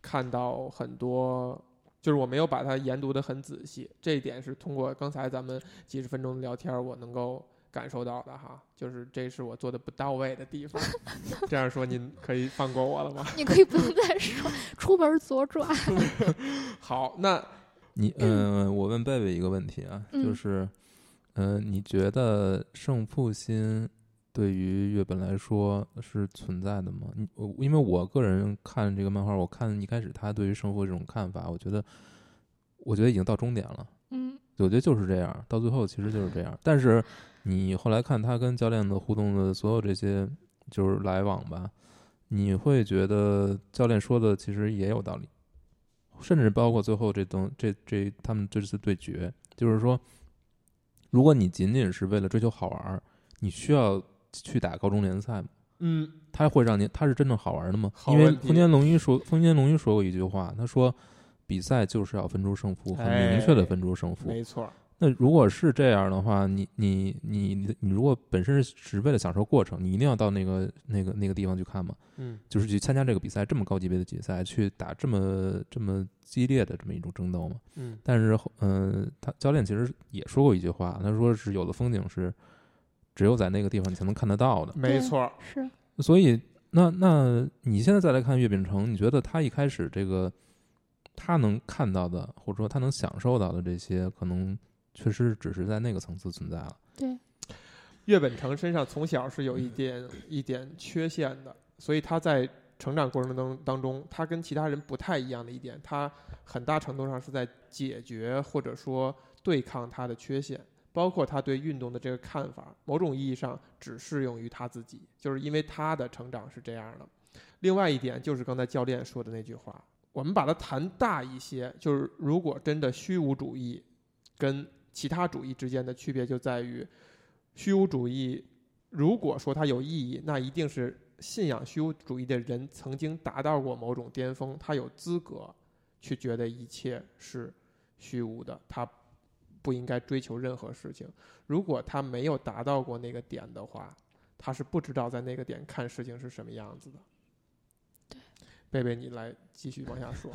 [SPEAKER 1] 看到很多，就是我没有把它研读的很仔细，这一点是通过刚才咱们几十分钟的聊天儿，我能够感受到的哈，就是这是我做的不到位的地方。这样说您可以放过我了吗？ (laughs)
[SPEAKER 2] 你可以不用再说， (laughs) 出门左转。
[SPEAKER 1] 好，那
[SPEAKER 3] 你嗯、我问贝贝一个问题啊，就
[SPEAKER 2] 嗯
[SPEAKER 3] 是，嗯、你觉得胜负心对于月本来说是存在的吗？你我因为我个人看这个漫画，我看一开始他对于胜负这种看法，我觉得，我觉得已经到终点了。
[SPEAKER 2] 嗯，
[SPEAKER 3] 我觉得就是这样，到最后其实就是这样。但是你后来看他跟教练的互动的所有这些，就是来往吧，你会觉得教练说的其实也有道理，甚至包括最后这东这这他们这次对决，就是说，如果你仅仅是为了追求好玩儿，你需要去打高中联赛吗？
[SPEAKER 1] 嗯，
[SPEAKER 3] 它会让你，它是真正好玩的吗？
[SPEAKER 1] 好
[SPEAKER 3] 因为
[SPEAKER 1] 问题
[SPEAKER 3] 丰田龙一说，丰田龙一说过一句话，他说，比赛就是要分出胜负，很明确的
[SPEAKER 1] 哎
[SPEAKER 3] 分出胜负。
[SPEAKER 1] 没错儿，
[SPEAKER 3] 那如果是这样的话，你你你你你如果本身是只为了享受过程，你一定要到那个那个那个地方去看嘛，
[SPEAKER 1] 嗯
[SPEAKER 3] 就是去参加这个比赛，这么高级别的比赛，去打这么这么激烈的这么一种争斗嘛。
[SPEAKER 1] 嗯
[SPEAKER 3] 但是，嗯、他教练其实也说过一句话，他说是有的风景是只有在那个地方你才能看得到的。
[SPEAKER 1] 没
[SPEAKER 2] 对
[SPEAKER 1] 错儿，
[SPEAKER 2] 是，
[SPEAKER 3] 所以，那那你现在再来看岳秉成，你觉得他一开始这个他能看到的，或者说他能享受到的这些，可能确实只是在那个层次存在了。
[SPEAKER 2] 对，
[SPEAKER 1] 岳本成身上从小是有一点一点缺陷的，所以他在成长过程当当中，他跟其他人不太一样的一点，他很大程度上是在解决或者说对抗它的缺陷，包括他对运动的这个看法，某种意义上只适用于他自己，就是因为他的成长是这样的。另外一点就是刚才教练说的那句话，我们把它谈大一些，就是如果真的虚无主义跟其他主义之间的区别就在于，虚无主义如果说它有意义，那一定是信仰虚无主义的人曾经达到过某种巅峰，他有资格去觉得一切是虚无的，他不应该追求任何事情。如果他没有达到过那个点的话，他是不知道在那个点看事情是什么样子的。贝贝，你来继续往下说。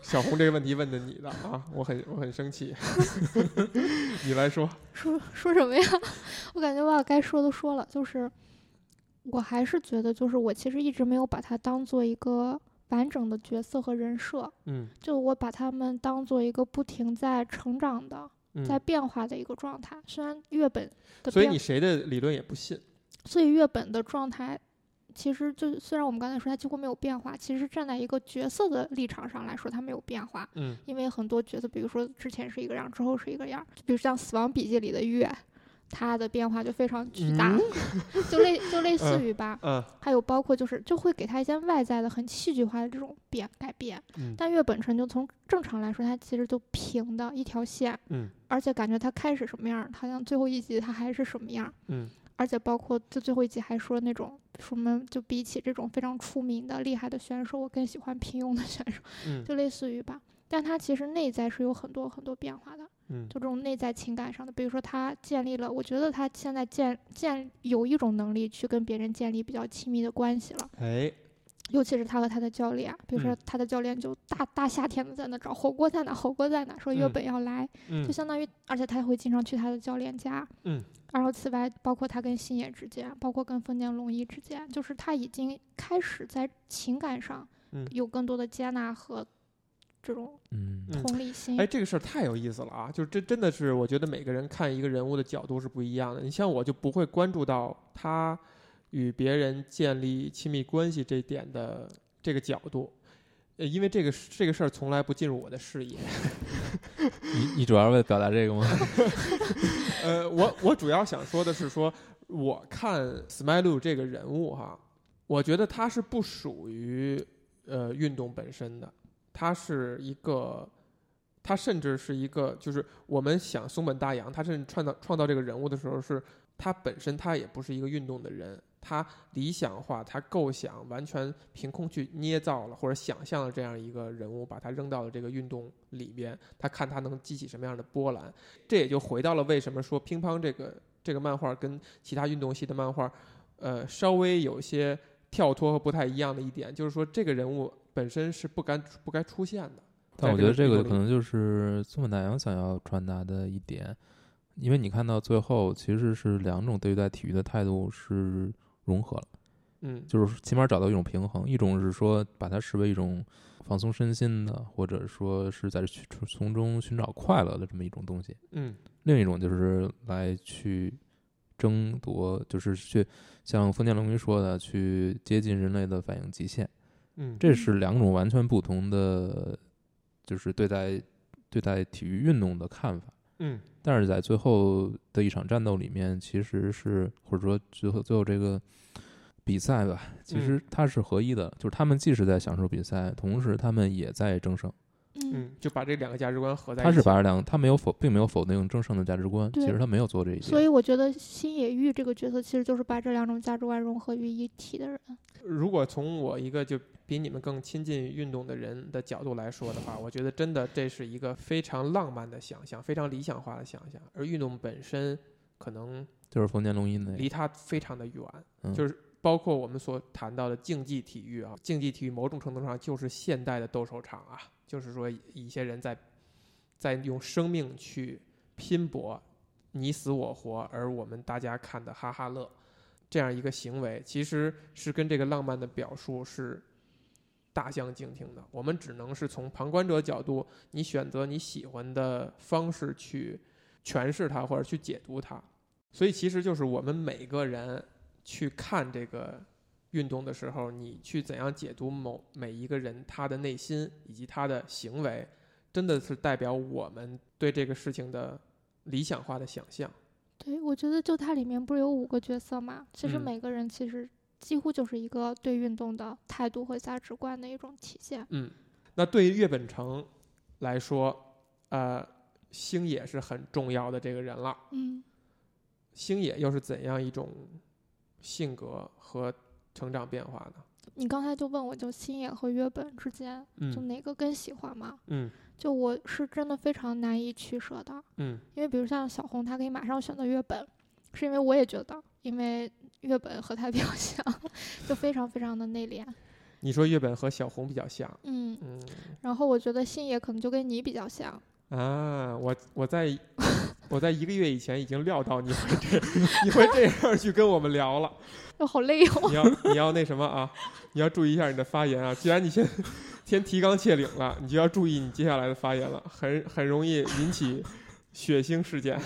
[SPEAKER 1] 小红这个问题问的你的啊，我很我很生气。 (laughs) 你来说，
[SPEAKER 2] 说说什么呀？ (laughs) 我感觉我把该说的说了，就是我还是觉得，就是我其实一直没有把它当做一个完整的角色和人设，
[SPEAKER 1] 嗯
[SPEAKER 2] 就我把他们当做一个不停在成长的、在
[SPEAKER 1] 嗯，
[SPEAKER 2] 变化的一个状态。虽然月本的
[SPEAKER 1] 所以
[SPEAKER 2] 变
[SPEAKER 1] 你谁的理论也不信，
[SPEAKER 2] 所以月本的状态，其实就虽然我们刚才说它几乎没有变化，其实站在一个角色的立场上来说，它没有变化，
[SPEAKER 1] 嗯
[SPEAKER 2] 因为很多角色，比如说之前是一个样，之后是一个样，比如像《死亡笔记》里的月，它的变化就非常巨大， (laughs) 就类就类似于吧，
[SPEAKER 1] 嗯
[SPEAKER 2] 还有包括就是就会给他一些外在的很戏剧化的这种变改变，
[SPEAKER 1] 嗯
[SPEAKER 2] 但月本身就从正常来说，它其实就平的一条线，
[SPEAKER 1] 嗯
[SPEAKER 2] 而且感觉它开始什么样儿，好像最后一集它还是什么样儿。
[SPEAKER 1] 嗯
[SPEAKER 2] 而且包括就最后一集还说那种什么，就比起这种非常出名的厉害的选手，我更喜欢平庸的选手，
[SPEAKER 1] 嗯
[SPEAKER 2] 就类似于吧。但他其实内在是有很多很多变化的，
[SPEAKER 1] 嗯
[SPEAKER 2] 就这种内在情感上的，比如说他建立了，我觉得他现在建建有一种能力去跟别人建立比较亲密的关系了，
[SPEAKER 1] 哎，
[SPEAKER 2] 尤其是他和他的教练，比如说
[SPEAKER 1] 嗯
[SPEAKER 2] 他的教练就大大夏天的在那找火锅在哪，火锅在哪，说月
[SPEAKER 1] 嗯
[SPEAKER 2] 本要来，
[SPEAKER 1] 嗯
[SPEAKER 2] 就相当于，而且他会经常去他的教练家，
[SPEAKER 1] 嗯，
[SPEAKER 2] 然后此外，包括他跟星野之间，包括跟丰田龙一之间，就是他已经开始在情感上
[SPEAKER 1] 嗯
[SPEAKER 2] 有更多的接纳和这种
[SPEAKER 3] 嗯
[SPEAKER 1] 嗯
[SPEAKER 2] 同理心。
[SPEAKER 1] 哎，这个事儿太有意思了啊！就是这真的是，我觉得每个人看一个人物的角度是不一样的。你像我就不会关注到他与别人建立亲密关系这一点的这个角度，呃，因为这个这个事儿从来不进入我的视野。
[SPEAKER 3] 你你主要是为了表达这个吗？
[SPEAKER 1] 呃，我我主要想说的是说，我看 Smile 这个人物哈，我觉得他是不属于呃运动本身的，他是一个，他甚至是一个，就是我们想松本大洋，他甚至创造创造这个人物的时候是，他本身他也不是一个运动的人。他理想化，他构想，完全凭空去捏造了或者想象了这样一个人物，把他扔到了这个运动里边，他看他能激起什么样的波澜。这也就回到了为什么说乒乓这个这个漫画跟其他运动系的漫画，呃，稍微有些跳脱和不太一样的一点，就是说这个人物本身是不该不该出现的。
[SPEAKER 3] (laughs) 但
[SPEAKER 1] 在这
[SPEAKER 3] 我觉
[SPEAKER 1] 个
[SPEAKER 3] 得这
[SPEAKER 1] 制
[SPEAKER 3] 个
[SPEAKER 1] 度里
[SPEAKER 3] 可能就是松本大洋想要传达的一点，因为你看到最后其实是两种对待体育的态度是融合了，
[SPEAKER 1] 嗯，
[SPEAKER 3] 就是起码找到一种平衡，一种是说把它视为一种放松身心的，或者说是在去从中寻找快乐的这么一种东西，
[SPEAKER 1] 嗯
[SPEAKER 3] 另一种就是来去争夺，就是去像封建龙云说的，去接近人类的反应极限。
[SPEAKER 1] 嗯，
[SPEAKER 3] 这是两种完全不同的，就是对待对待体育运动的看法。
[SPEAKER 1] 嗯
[SPEAKER 3] 但是在最后的一场战斗里面，其实是或者说最后最后这个比赛吧，其
[SPEAKER 1] 嗯
[SPEAKER 3] 实它是合一的，就是他们既是在享受比赛，同时他们也在争胜。
[SPEAKER 2] 嗯，
[SPEAKER 1] 嗯，就把这两个价值观合在一
[SPEAKER 3] 他
[SPEAKER 1] 起。
[SPEAKER 3] 是把两，他没有否，并没有否定争胜的价值观，
[SPEAKER 2] 对
[SPEAKER 3] 其实他没有做这一点。
[SPEAKER 2] 所以我觉得星野玉这个角色其实就是把这两种价值观融合于一体的人。
[SPEAKER 1] 如果从我一个就比你们更亲近运动的人的角度来说的话，我觉得真的这是一个非常浪漫的想象，非常理想化的想象，而运动本身可能
[SPEAKER 3] 就是冯建龙一那个
[SPEAKER 1] 离它非常的远，
[SPEAKER 3] 嗯
[SPEAKER 1] 就是包括我们所谈到的竞技体育啊，竞技体育某种程度上就是现代的斗兽场啊，就是说一些人在在用生命去拼搏，你死我活，而我们大家看的哈哈乐，这样一个行为，其实是跟这个浪漫的表述是。大相径庭的，我们只能是从旁观者角度，你选择你喜欢的方式去诠释它，或者去解读它。所以其实就是我们每个人去看这个运动的时候，你去怎样解读某每一个人他的内心以及他的行为，真的是代表我们对这个事情的理想化的想象。
[SPEAKER 2] 对，我觉得就它里面不是有五个角色嘛，其实
[SPEAKER 1] 嗯
[SPEAKER 2] 每个人其实几乎就是一个对运动的态度和价值观的一种体现。
[SPEAKER 1] 嗯，那对于岳本成来说，呃，星野是很重要的这个人了。
[SPEAKER 2] 嗯
[SPEAKER 1] 星野又是怎样一种性格和成长变化呢？
[SPEAKER 2] 你刚才就问我，就星野和月本之间，就
[SPEAKER 1] 嗯
[SPEAKER 2] 哪个更喜欢嘛？
[SPEAKER 1] 嗯
[SPEAKER 2] 就我是真的非常难以取舍的，
[SPEAKER 1] 嗯
[SPEAKER 2] 因为比如像小红，她可以马上选择月本，是因为我也觉得，因为月本和她比较 (laughs) 像，就非常非常的内敛。
[SPEAKER 1] 你说月本和小红比较像，
[SPEAKER 2] 嗯，
[SPEAKER 1] 嗯
[SPEAKER 2] 然后我觉得星野可能就跟你比较像，
[SPEAKER 1] 啊，我我在 (laughs) 我在一个月以前已经料到你会这你会这样去跟我们聊了，
[SPEAKER 2] 就好累哦。
[SPEAKER 1] 你要你要那什么啊，你要注意一下你的发言啊，既然你先先提纲挈领了，你就要注意你接下来的发言了，很很容易引起血腥事件。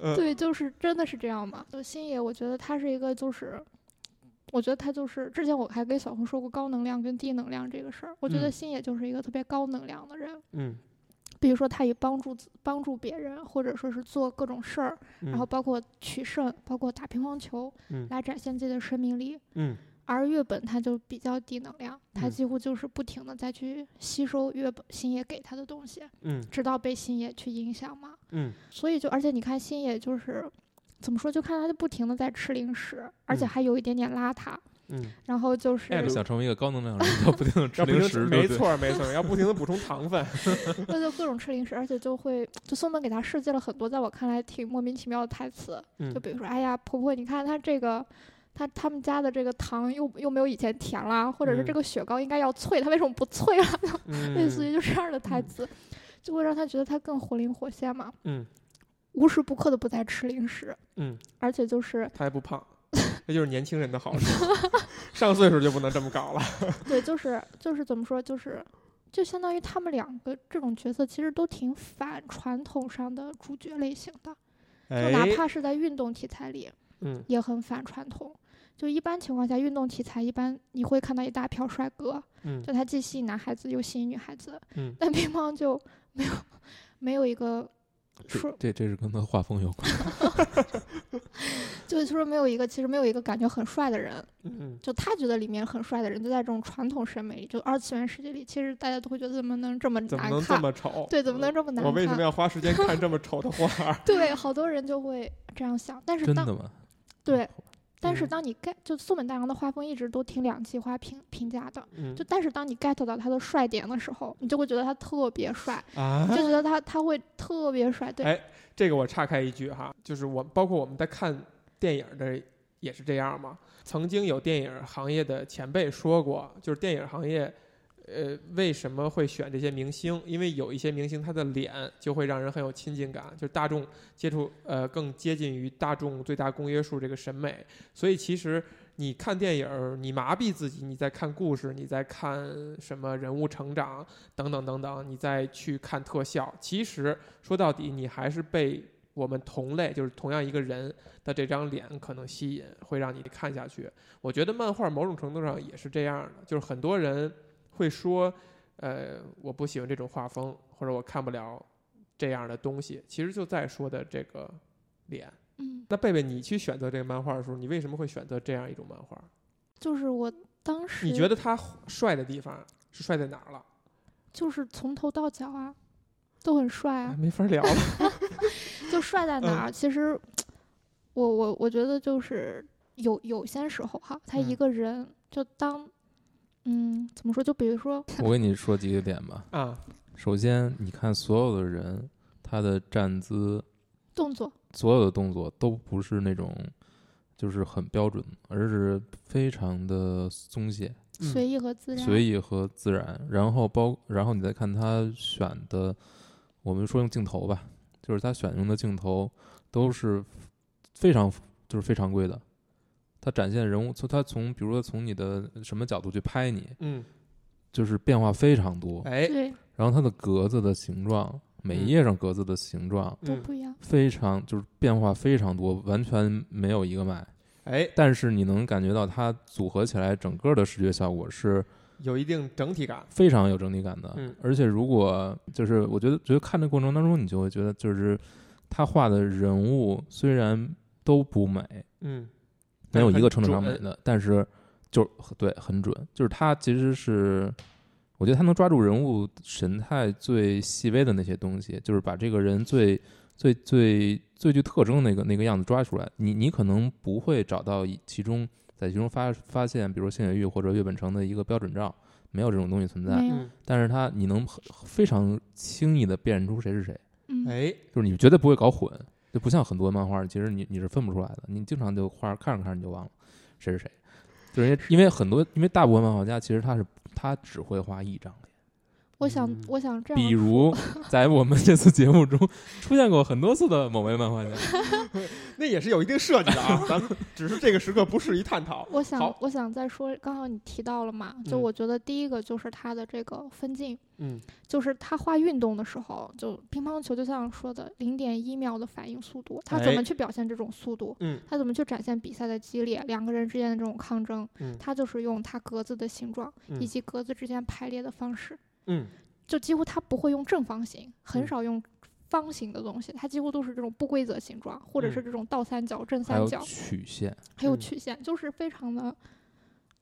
[SPEAKER 1] 嗯
[SPEAKER 2] (laughs) 对，就是真的是这样嘛。就星野，我觉得他是一个，就是我觉得他就是之前我还跟小红说过高能量跟低能量这个事儿，我觉得
[SPEAKER 1] 嗯
[SPEAKER 2] 星野就是一个特别高能量的人。
[SPEAKER 1] 嗯，
[SPEAKER 2] 比如说，他以帮助自帮助别人，或者说是做各种事儿，
[SPEAKER 1] 嗯
[SPEAKER 2] 然后包括取胜，包括打乒乓球，
[SPEAKER 1] 嗯
[SPEAKER 2] 来展现自己的生命力。
[SPEAKER 1] 嗯
[SPEAKER 2] 而月本他就比较低能量，他
[SPEAKER 1] 嗯
[SPEAKER 2] 几乎就是不停的再去吸收月本星野给他的东西，
[SPEAKER 1] 嗯
[SPEAKER 2] 直到被星野去影响嘛。
[SPEAKER 1] 嗯
[SPEAKER 2] 所以就而且你看星野就是怎么说，就看他就不停的在吃零食，而且
[SPEAKER 1] 嗯
[SPEAKER 2] 还有一点点邋遢，
[SPEAKER 1] 嗯，
[SPEAKER 2] 然后就是
[SPEAKER 1] 哎
[SPEAKER 3] 就想成为一个高能量人，要不停的
[SPEAKER 1] (laughs)
[SPEAKER 3] 吃
[SPEAKER 1] 要不
[SPEAKER 3] 零
[SPEAKER 1] 停
[SPEAKER 3] 食，
[SPEAKER 1] 没，错儿没错儿，要不停的补充糖
[SPEAKER 2] (laughs)
[SPEAKER 1] 分。
[SPEAKER 2] 他就各种吃零食，而且就会就松本给他设计了很多在我看来挺莫名其妙的台词，
[SPEAKER 1] 嗯
[SPEAKER 2] 就比如说哎呀婆婆，你看她这个。她他们家的这个糖又又没有以前甜啦，或者是
[SPEAKER 1] 嗯
[SPEAKER 2] 这个雪糕应该要脆，它为什么不脆了？
[SPEAKER 1] 嗯
[SPEAKER 2] (laughs) 类似于就这样的台词，就会让他觉得他更活灵活现嘛，
[SPEAKER 1] 嗯
[SPEAKER 2] 无时不刻的不在吃零食，
[SPEAKER 1] 嗯，
[SPEAKER 2] 而且就是
[SPEAKER 1] 他还不胖，这就是年轻人的好处。 (laughs) 上岁数就不能这么搞了。
[SPEAKER 2] 对，就是就是怎么说，就是就相当于他们两个这种角色其实都挺反传统上的主角类型的，就哪怕是在运动题材里
[SPEAKER 1] 嗯
[SPEAKER 2] 也很反传统。就一般情况下，运动题材一般你会看到一大票帅哥，
[SPEAKER 1] 嗯
[SPEAKER 2] 就他既吸引男孩子又吸引女孩子，
[SPEAKER 1] 嗯
[SPEAKER 2] (laughs) 但乒乓就没有没有一个说
[SPEAKER 3] 这这这是跟他画风有关。
[SPEAKER 2] 就是说没有一个其实没有一个感觉很帅的人，
[SPEAKER 1] 嗯
[SPEAKER 2] 就他觉得里面很帅的人，就在这种传统审美里，就二次元世界里，其实大家都会觉得怎么能这么
[SPEAKER 1] 怎么
[SPEAKER 2] 难
[SPEAKER 1] 能这
[SPEAKER 2] 啊看？
[SPEAKER 1] 么丑？
[SPEAKER 2] 对，怎么能这么难
[SPEAKER 1] 我
[SPEAKER 2] 看？
[SPEAKER 1] 为什么要花时间看这么丑的 (laughs)
[SPEAKER 2] (laughs)
[SPEAKER 1] 画？
[SPEAKER 2] 对，好多人就会这样想，但是
[SPEAKER 3] 真
[SPEAKER 2] 当
[SPEAKER 3] 的吗？
[SPEAKER 2] 对，但是
[SPEAKER 1] 嗯
[SPEAKER 2] 当你 get 就松本大洋的画风一直都挺两极化评评价的，
[SPEAKER 1] 嗯
[SPEAKER 2] 就但是当你 get 到他的帅点的时候，你就会觉得他特别
[SPEAKER 1] (laughs)
[SPEAKER 2] 帅，
[SPEAKER 1] 啊
[SPEAKER 2] 就，觉得他他会特别帅，对，
[SPEAKER 1] 哎这个我岔开一句哈，就是我包括我们在看电影的也是这样嘛。曾经有电影行业的前辈说过，就是电影行业。呃，为什么会选这些明星？因为有一些明星他的脸就会让人很有亲近感，就是大众接触，呃，更接近于大众最大公约数这个审美。所以其实你看电影儿，你麻痹自己，你在看故事，你在看什么人物成长等等等等，你再去看特效，其实说到底，你还是被我们同类，就是同样一个人的这张脸可能吸引，会让你看下去。我觉得漫画某种程度上也是这样的，就是很多人会说，呃，我不喜欢这种画风，或者我看不了这样的东西，其实就在说的这个脸。
[SPEAKER 2] 嗯，
[SPEAKER 1] 那贝贝，你去选择这个漫画的时候，你为什么会选择这样一种漫画？
[SPEAKER 2] 就是我当时
[SPEAKER 1] 你觉得他帅的地方是帅在哪儿了？
[SPEAKER 2] 就是从头到脚啊，都很帅啊
[SPEAKER 1] 哎，没法聊了。嗯
[SPEAKER 2] 就帅在哪儿？其实我我我觉得就是有有些时候哈，他一
[SPEAKER 1] 嗯
[SPEAKER 2] 个人就当嗯怎么说，就比如说
[SPEAKER 3] 我跟你说几个点吧。
[SPEAKER 1] 啊，
[SPEAKER 3] 首先，你看所有的人，他的站姿，
[SPEAKER 2] 动作，
[SPEAKER 3] 所有的动作都不是那种就是很标准，而是非常的松懈、
[SPEAKER 1] 嗯
[SPEAKER 2] 随意和自然。
[SPEAKER 3] 随意和自然。然后包，然后你再看他选的，我们说用镜头吧，就是他选用的镜头都是非常就是非常规的。他展现人物，从他从比如说从你的什么角度去拍你，
[SPEAKER 1] 嗯，
[SPEAKER 3] 就是变化非常多。
[SPEAKER 1] 哎，
[SPEAKER 2] 对，
[SPEAKER 3] 然后它的格子的形状，每一页上格子的形状
[SPEAKER 2] 都
[SPEAKER 1] 嗯，
[SPEAKER 2] 不一样。
[SPEAKER 3] 非常就是变化非常多，完全没有一个卖。
[SPEAKER 1] 哎，
[SPEAKER 3] 但是你能感觉到它组合起来整个的视觉效果是
[SPEAKER 1] 有一定整体感。
[SPEAKER 3] 非常有整体感的。
[SPEAKER 1] 嗯
[SPEAKER 3] 而且如果就是我觉得，觉得看的过程当中，你就会觉得，就是他画的人物虽然都不美，
[SPEAKER 1] 嗯，
[SPEAKER 3] 没有
[SPEAKER 1] 但
[SPEAKER 3] 一个
[SPEAKER 1] 很
[SPEAKER 3] 称得上美
[SPEAKER 1] 准
[SPEAKER 3] 的，呃但是就对很准，就是他其实是，我觉得他能抓住人物神态最细微的那些东西，就是把这个人最最最最具特征的那个那个样子抓出来。你你可能不会找到一其中在其中发发现，比如谢雪玉或者岳本成的一个标准照，没有这种东西存在
[SPEAKER 2] 没。有，
[SPEAKER 1] 嗯，
[SPEAKER 3] 但是他你能很非常轻易的辨认出谁是谁，
[SPEAKER 2] 嗯，
[SPEAKER 1] 哎，
[SPEAKER 3] 就是你绝对不会搞混，就不像很多漫画，其实你你是分不出来的，你经常就画看着看着你就忘了谁是谁，就是因为因为很多因为大部分漫画家其实他是他只会画一张脸，
[SPEAKER 2] 我想
[SPEAKER 1] 嗯
[SPEAKER 2] 我想这样，
[SPEAKER 3] 比如在我们这次节目中出现过很多次的某位漫画家，
[SPEAKER 1] 那也是有一定设计的
[SPEAKER 3] (laughs)
[SPEAKER 1] 啊，咱们只是这个时刻不适宜探讨。
[SPEAKER 2] 我想
[SPEAKER 1] 好
[SPEAKER 2] 我想再说，刚好你提到了嘛，就
[SPEAKER 1] 嗯
[SPEAKER 2] 我觉得第一个就是他的这个分镜，
[SPEAKER 1] 嗯
[SPEAKER 2] 就是他画运动的时候，就乒乓球就像说的零点一秒的反应速度，他怎
[SPEAKER 1] 哎
[SPEAKER 2] 么去表现这种速度？
[SPEAKER 1] 嗯
[SPEAKER 2] 他怎么去展现比赛的激烈，两个人之间的这种抗争？
[SPEAKER 1] 嗯
[SPEAKER 2] 他就是用他格子的形状以
[SPEAKER 1] 嗯
[SPEAKER 2] 及格子之间排列的方式，
[SPEAKER 1] 嗯，
[SPEAKER 2] 就几乎他不会用正方形，很
[SPEAKER 1] 嗯
[SPEAKER 2] 少用方形的东西，他几乎都是这种不规则形状，或者是
[SPEAKER 1] 嗯
[SPEAKER 2] 这种倒三角、正
[SPEAKER 3] 还
[SPEAKER 2] 三
[SPEAKER 3] 有
[SPEAKER 2] 角，
[SPEAKER 3] 曲线，
[SPEAKER 2] 还有
[SPEAKER 1] 嗯
[SPEAKER 2] 曲线，就是非常的，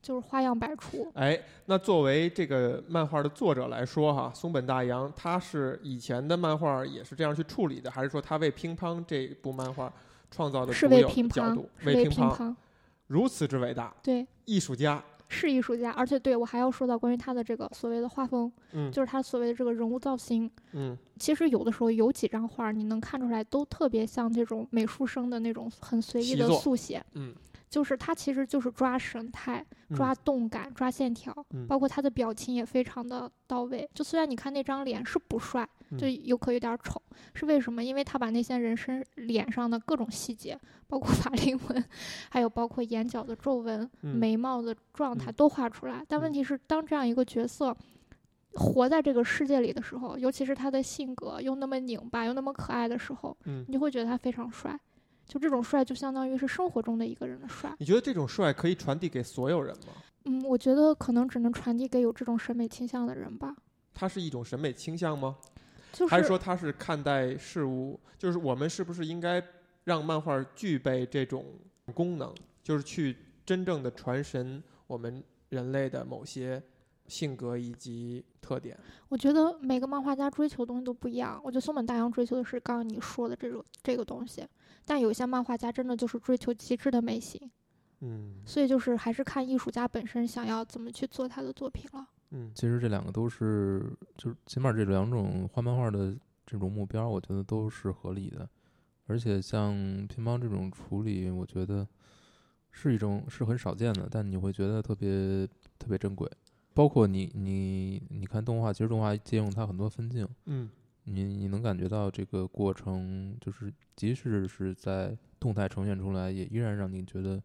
[SPEAKER 2] 就是花样百出。
[SPEAKER 1] 哎，那作为这个漫画的作者来说哈，松本大洋他是以前的漫画也是这样去处理的，还是说他为乒乓这部漫画创造的
[SPEAKER 2] 是
[SPEAKER 1] 独
[SPEAKER 2] 为
[SPEAKER 1] 有
[SPEAKER 2] 乒
[SPEAKER 1] 角
[SPEAKER 2] 乓
[SPEAKER 1] 度，，
[SPEAKER 2] 是
[SPEAKER 1] 为
[SPEAKER 2] 为
[SPEAKER 1] 乒
[SPEAKER 2] 乒
[SPEAKER 1] 乓
[SPEAKER 2] 乓，
[SPEAKER 1] 如此之伟大，
[SPEAKER 2] 对，
[SPEAKER 1] 艺术家，
[SPEAKER 2] 是艺术家。而且对我还要说到关于他的这个所谓的画风，
[SPEAKER 1] 嗯
[SPEAKER 2] 就是他所谓的这个人物造型。
[SPEAKER 1] 嗯
[SPEAKER 2] 其实有的时候有几张画儿，你能看出来都特别像这种美术生的那种很随意
[SPEAKER 1] 习
[SPEAKER 2] 的
[SPEAKER 1] 作
[SPEAKER 2] 速写，
[SPEAKER 1] 嗯，
[SPEAKER 2] 就是他其实就是抓神态、
[SPEAKER 1] 嗯
[SPEAKER 2] 抓动感、抓线条，
[SPEAKER 1] 嗯
[SPEAKER 2] 包括他的表情也非常的到位。就虽然你看那张脸是不帅，就
[SPEAKER 1] 嗯
[SPEAKER 2] 有可有点儿丑，是为什么？因为他把那些人身脸上的各种细节，包括法令纹，还有包括眼角的皱纹、
[SPEAKER 1] 嗯
[SPEAKER 2] 眉毛的状态
[SPEAKER 1] 嗯
[SPEAKER 2] 都画出来。但
[SPEAKER 1] 嗯
[SPEAKER 2] 问题是，当这样一个角色活在这个世界里的时候，尤其是他的性格又那么拧巴又那么可爱的时候，
[SPEAKER 1] 嗯
[SPEAKER 2] 你，就会觉得他非常帅。就这种帅，就相当于是生活中的一个人的帅。
[SPEAKER 1] 你觉得这种帅可以传递给所有人吗？
[SPEAKER 2] 嗯，我觉得可能只能传递给有这种审美倾向的人吧。
[SPEAKER 1] 它是一种审美倾向吗？
[SPEAKER 2] 就
[SPEAKER 1] 还
[SPEAKER 2] 是
[SPEAKER 1] 是说他是看待事物，就是我们是不是应该让漫画具备这种功能，就是去真正的传神我们人类的某些性格以及特点？
[SPEAKER 2] 我觉得每个漫画家追求的东西都不一样。我觉得松本大洋追求的是刚刚你说的这种这个东西，但有些漫画家真的就是追求极致的美型，
[SPEAKER 1] 嗯
[SPEAKER 2] 所以就是还是看艺术家本身想要怎么去做他的作品了。
[SPEAKER 1] 嗯
[SPEAKER 3] 其实这两个都是就是起码这两种画漫画的这种目标，我觉得都是合理的，而且像乒乓这种处理，我觉得是一种是很少见的，但你会觉得特别特别珍贵。包括你你你看动画，其实动画借用它很多分镜，
[SPEAKER 1] 嗯
[SPEAKER 3] 你你能感觉到这个过程，就是即使是在动态呈现出来，也依然让你觉得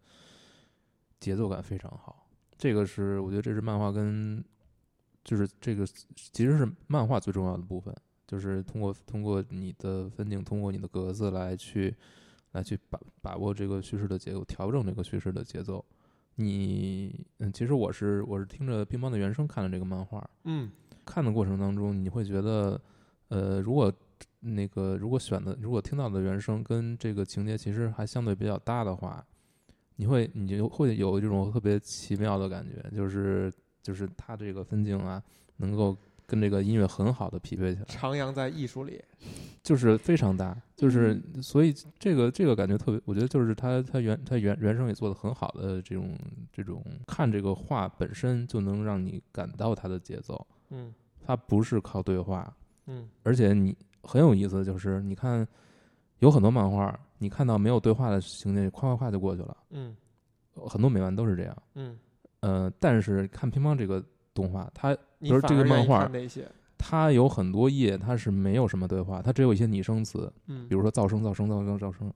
[SPEAKER 3] 节奏感非常好。这个是我觉得这是漫画跟就是这个其实是漫画最重要的部分，就是通过通过你的分镜，通过你的格子来去来去把把握这个叙事的结构，调整这个叙事的节奏。你嗯，其实我是我是听着乒乓的原声看了这个漫画，
[SPEAKER 1] 嗯
[SPEAKER 3] 看的过程当中，你会觉得，呃，如果那个如果选的如果听到的原声跟这个情节其实还相对比较搭的话，你会你就会有这种特别奇妙的感觉，就是就是它这个分镜啊，能够跟这个音乐很好的匹配起来，
[SPEAKER 1] 徜徉在艺术里。
[SPEAKER 3] 就是非常搭，就是所以这个这个感觉特别，我觉得就是它它原它原原声也做的很好的这种这种看这个画本身就能让你感到它的节奏，
[SPEAKER 1] 嗯
[SPEAKER 3] 它不是靠对话，
[SPEAKER 1] 嗯
[SPEAKER 3] 而且你很有意思，的就是你看有很多漫画，你看到没有对话的情节，夸夸夸就过去了，
[SPEAKER 1] 嗯
[SPEAKER 3] 很多美漫都是这样。
[SPEAKER 1] 嗯，
[SPEAKER 3] 呃，但是看乒乓这个动画，它
[SPEAKER 1] 你
[SPEAKER 3] 比如
[SPEAKER 1] 反
[SPEAKER 3] 这个
[SPEAKER 1] 而愿
[SPEAKER 3] 漫
[SPEAKER 1] 意
[SPEAKER 3] 画
[SPEAKER 1] 看那些，
[SPEAKER 3] 它有很多页，它是没有什么对话，它只有一些拟声词，
[SPEAKER 1] 嗯，
[SPEAKER 3] 比如说噪声、噪声、噪声、噪声。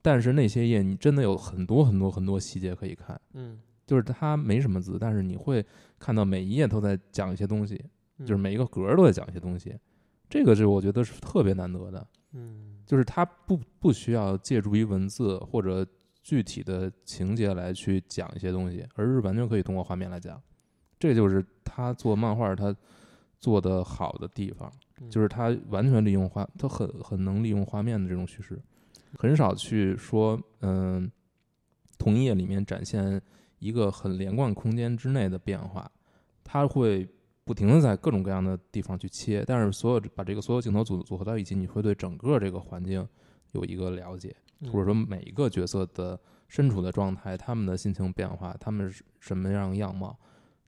[SPEAKER 3] 但是那些页你真的有很多很多很多细节可以看，
[SPEAKER 1] 嗯，
[SPEAKER 3] 就是它没什么字，但是你会看到每一页都在讲一些东西，
[SPEAKER 1] 嗯
[SPEAKER 3] 就是每一个格儿都在讲一些东西，这个是我觉得是特别难得的。
[SPEAKER 1] 嗯
[SPEAKER 3] 就是他不不需要借助于文字或者具体的情节来去讲一些东西，而是完全可以通过画面来讲，这就是他做漫画他做的好的地方，
[SPEAKER 1] 嗯
[SPEAKER 3] 就是他完全利用画，他很很能利用画面的这种叙事，很少去说嗯、同一页里面展现一个很连贯空间之内的变化，他会。不停的在各种各样的地方去切，但是所有把这个所有镜头组组合到一起，你会对整个这个环境有一个了解。或者说每一个角色的身处的状态、他们的心情变化、他们是什么样的样貌，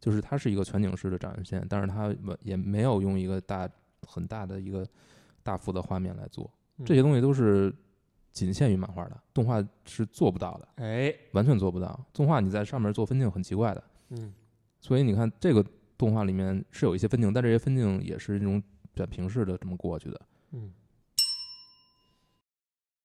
[SPEAKER 3] 就是它是一个全景式的展现，但是它也没有用一个大很大的一个大幅的画面来做，
[SPEAKER 1] 嗯
[SPEAKER 3] 这些东西都是仅限于漫画的，动画是做不到的，
[SPEAKER 1] 哎，
[SPEAKER 3] 完全做不到。动画你在上面做分镜很奇怪的，
[SPEAKER 1] 嗯
[SPEAKER 3] 所以你看这个动画里面是有一些分镜，但这些分镜也是那种卷屏式的这么过去的，
[SPEAKER 1] 嗯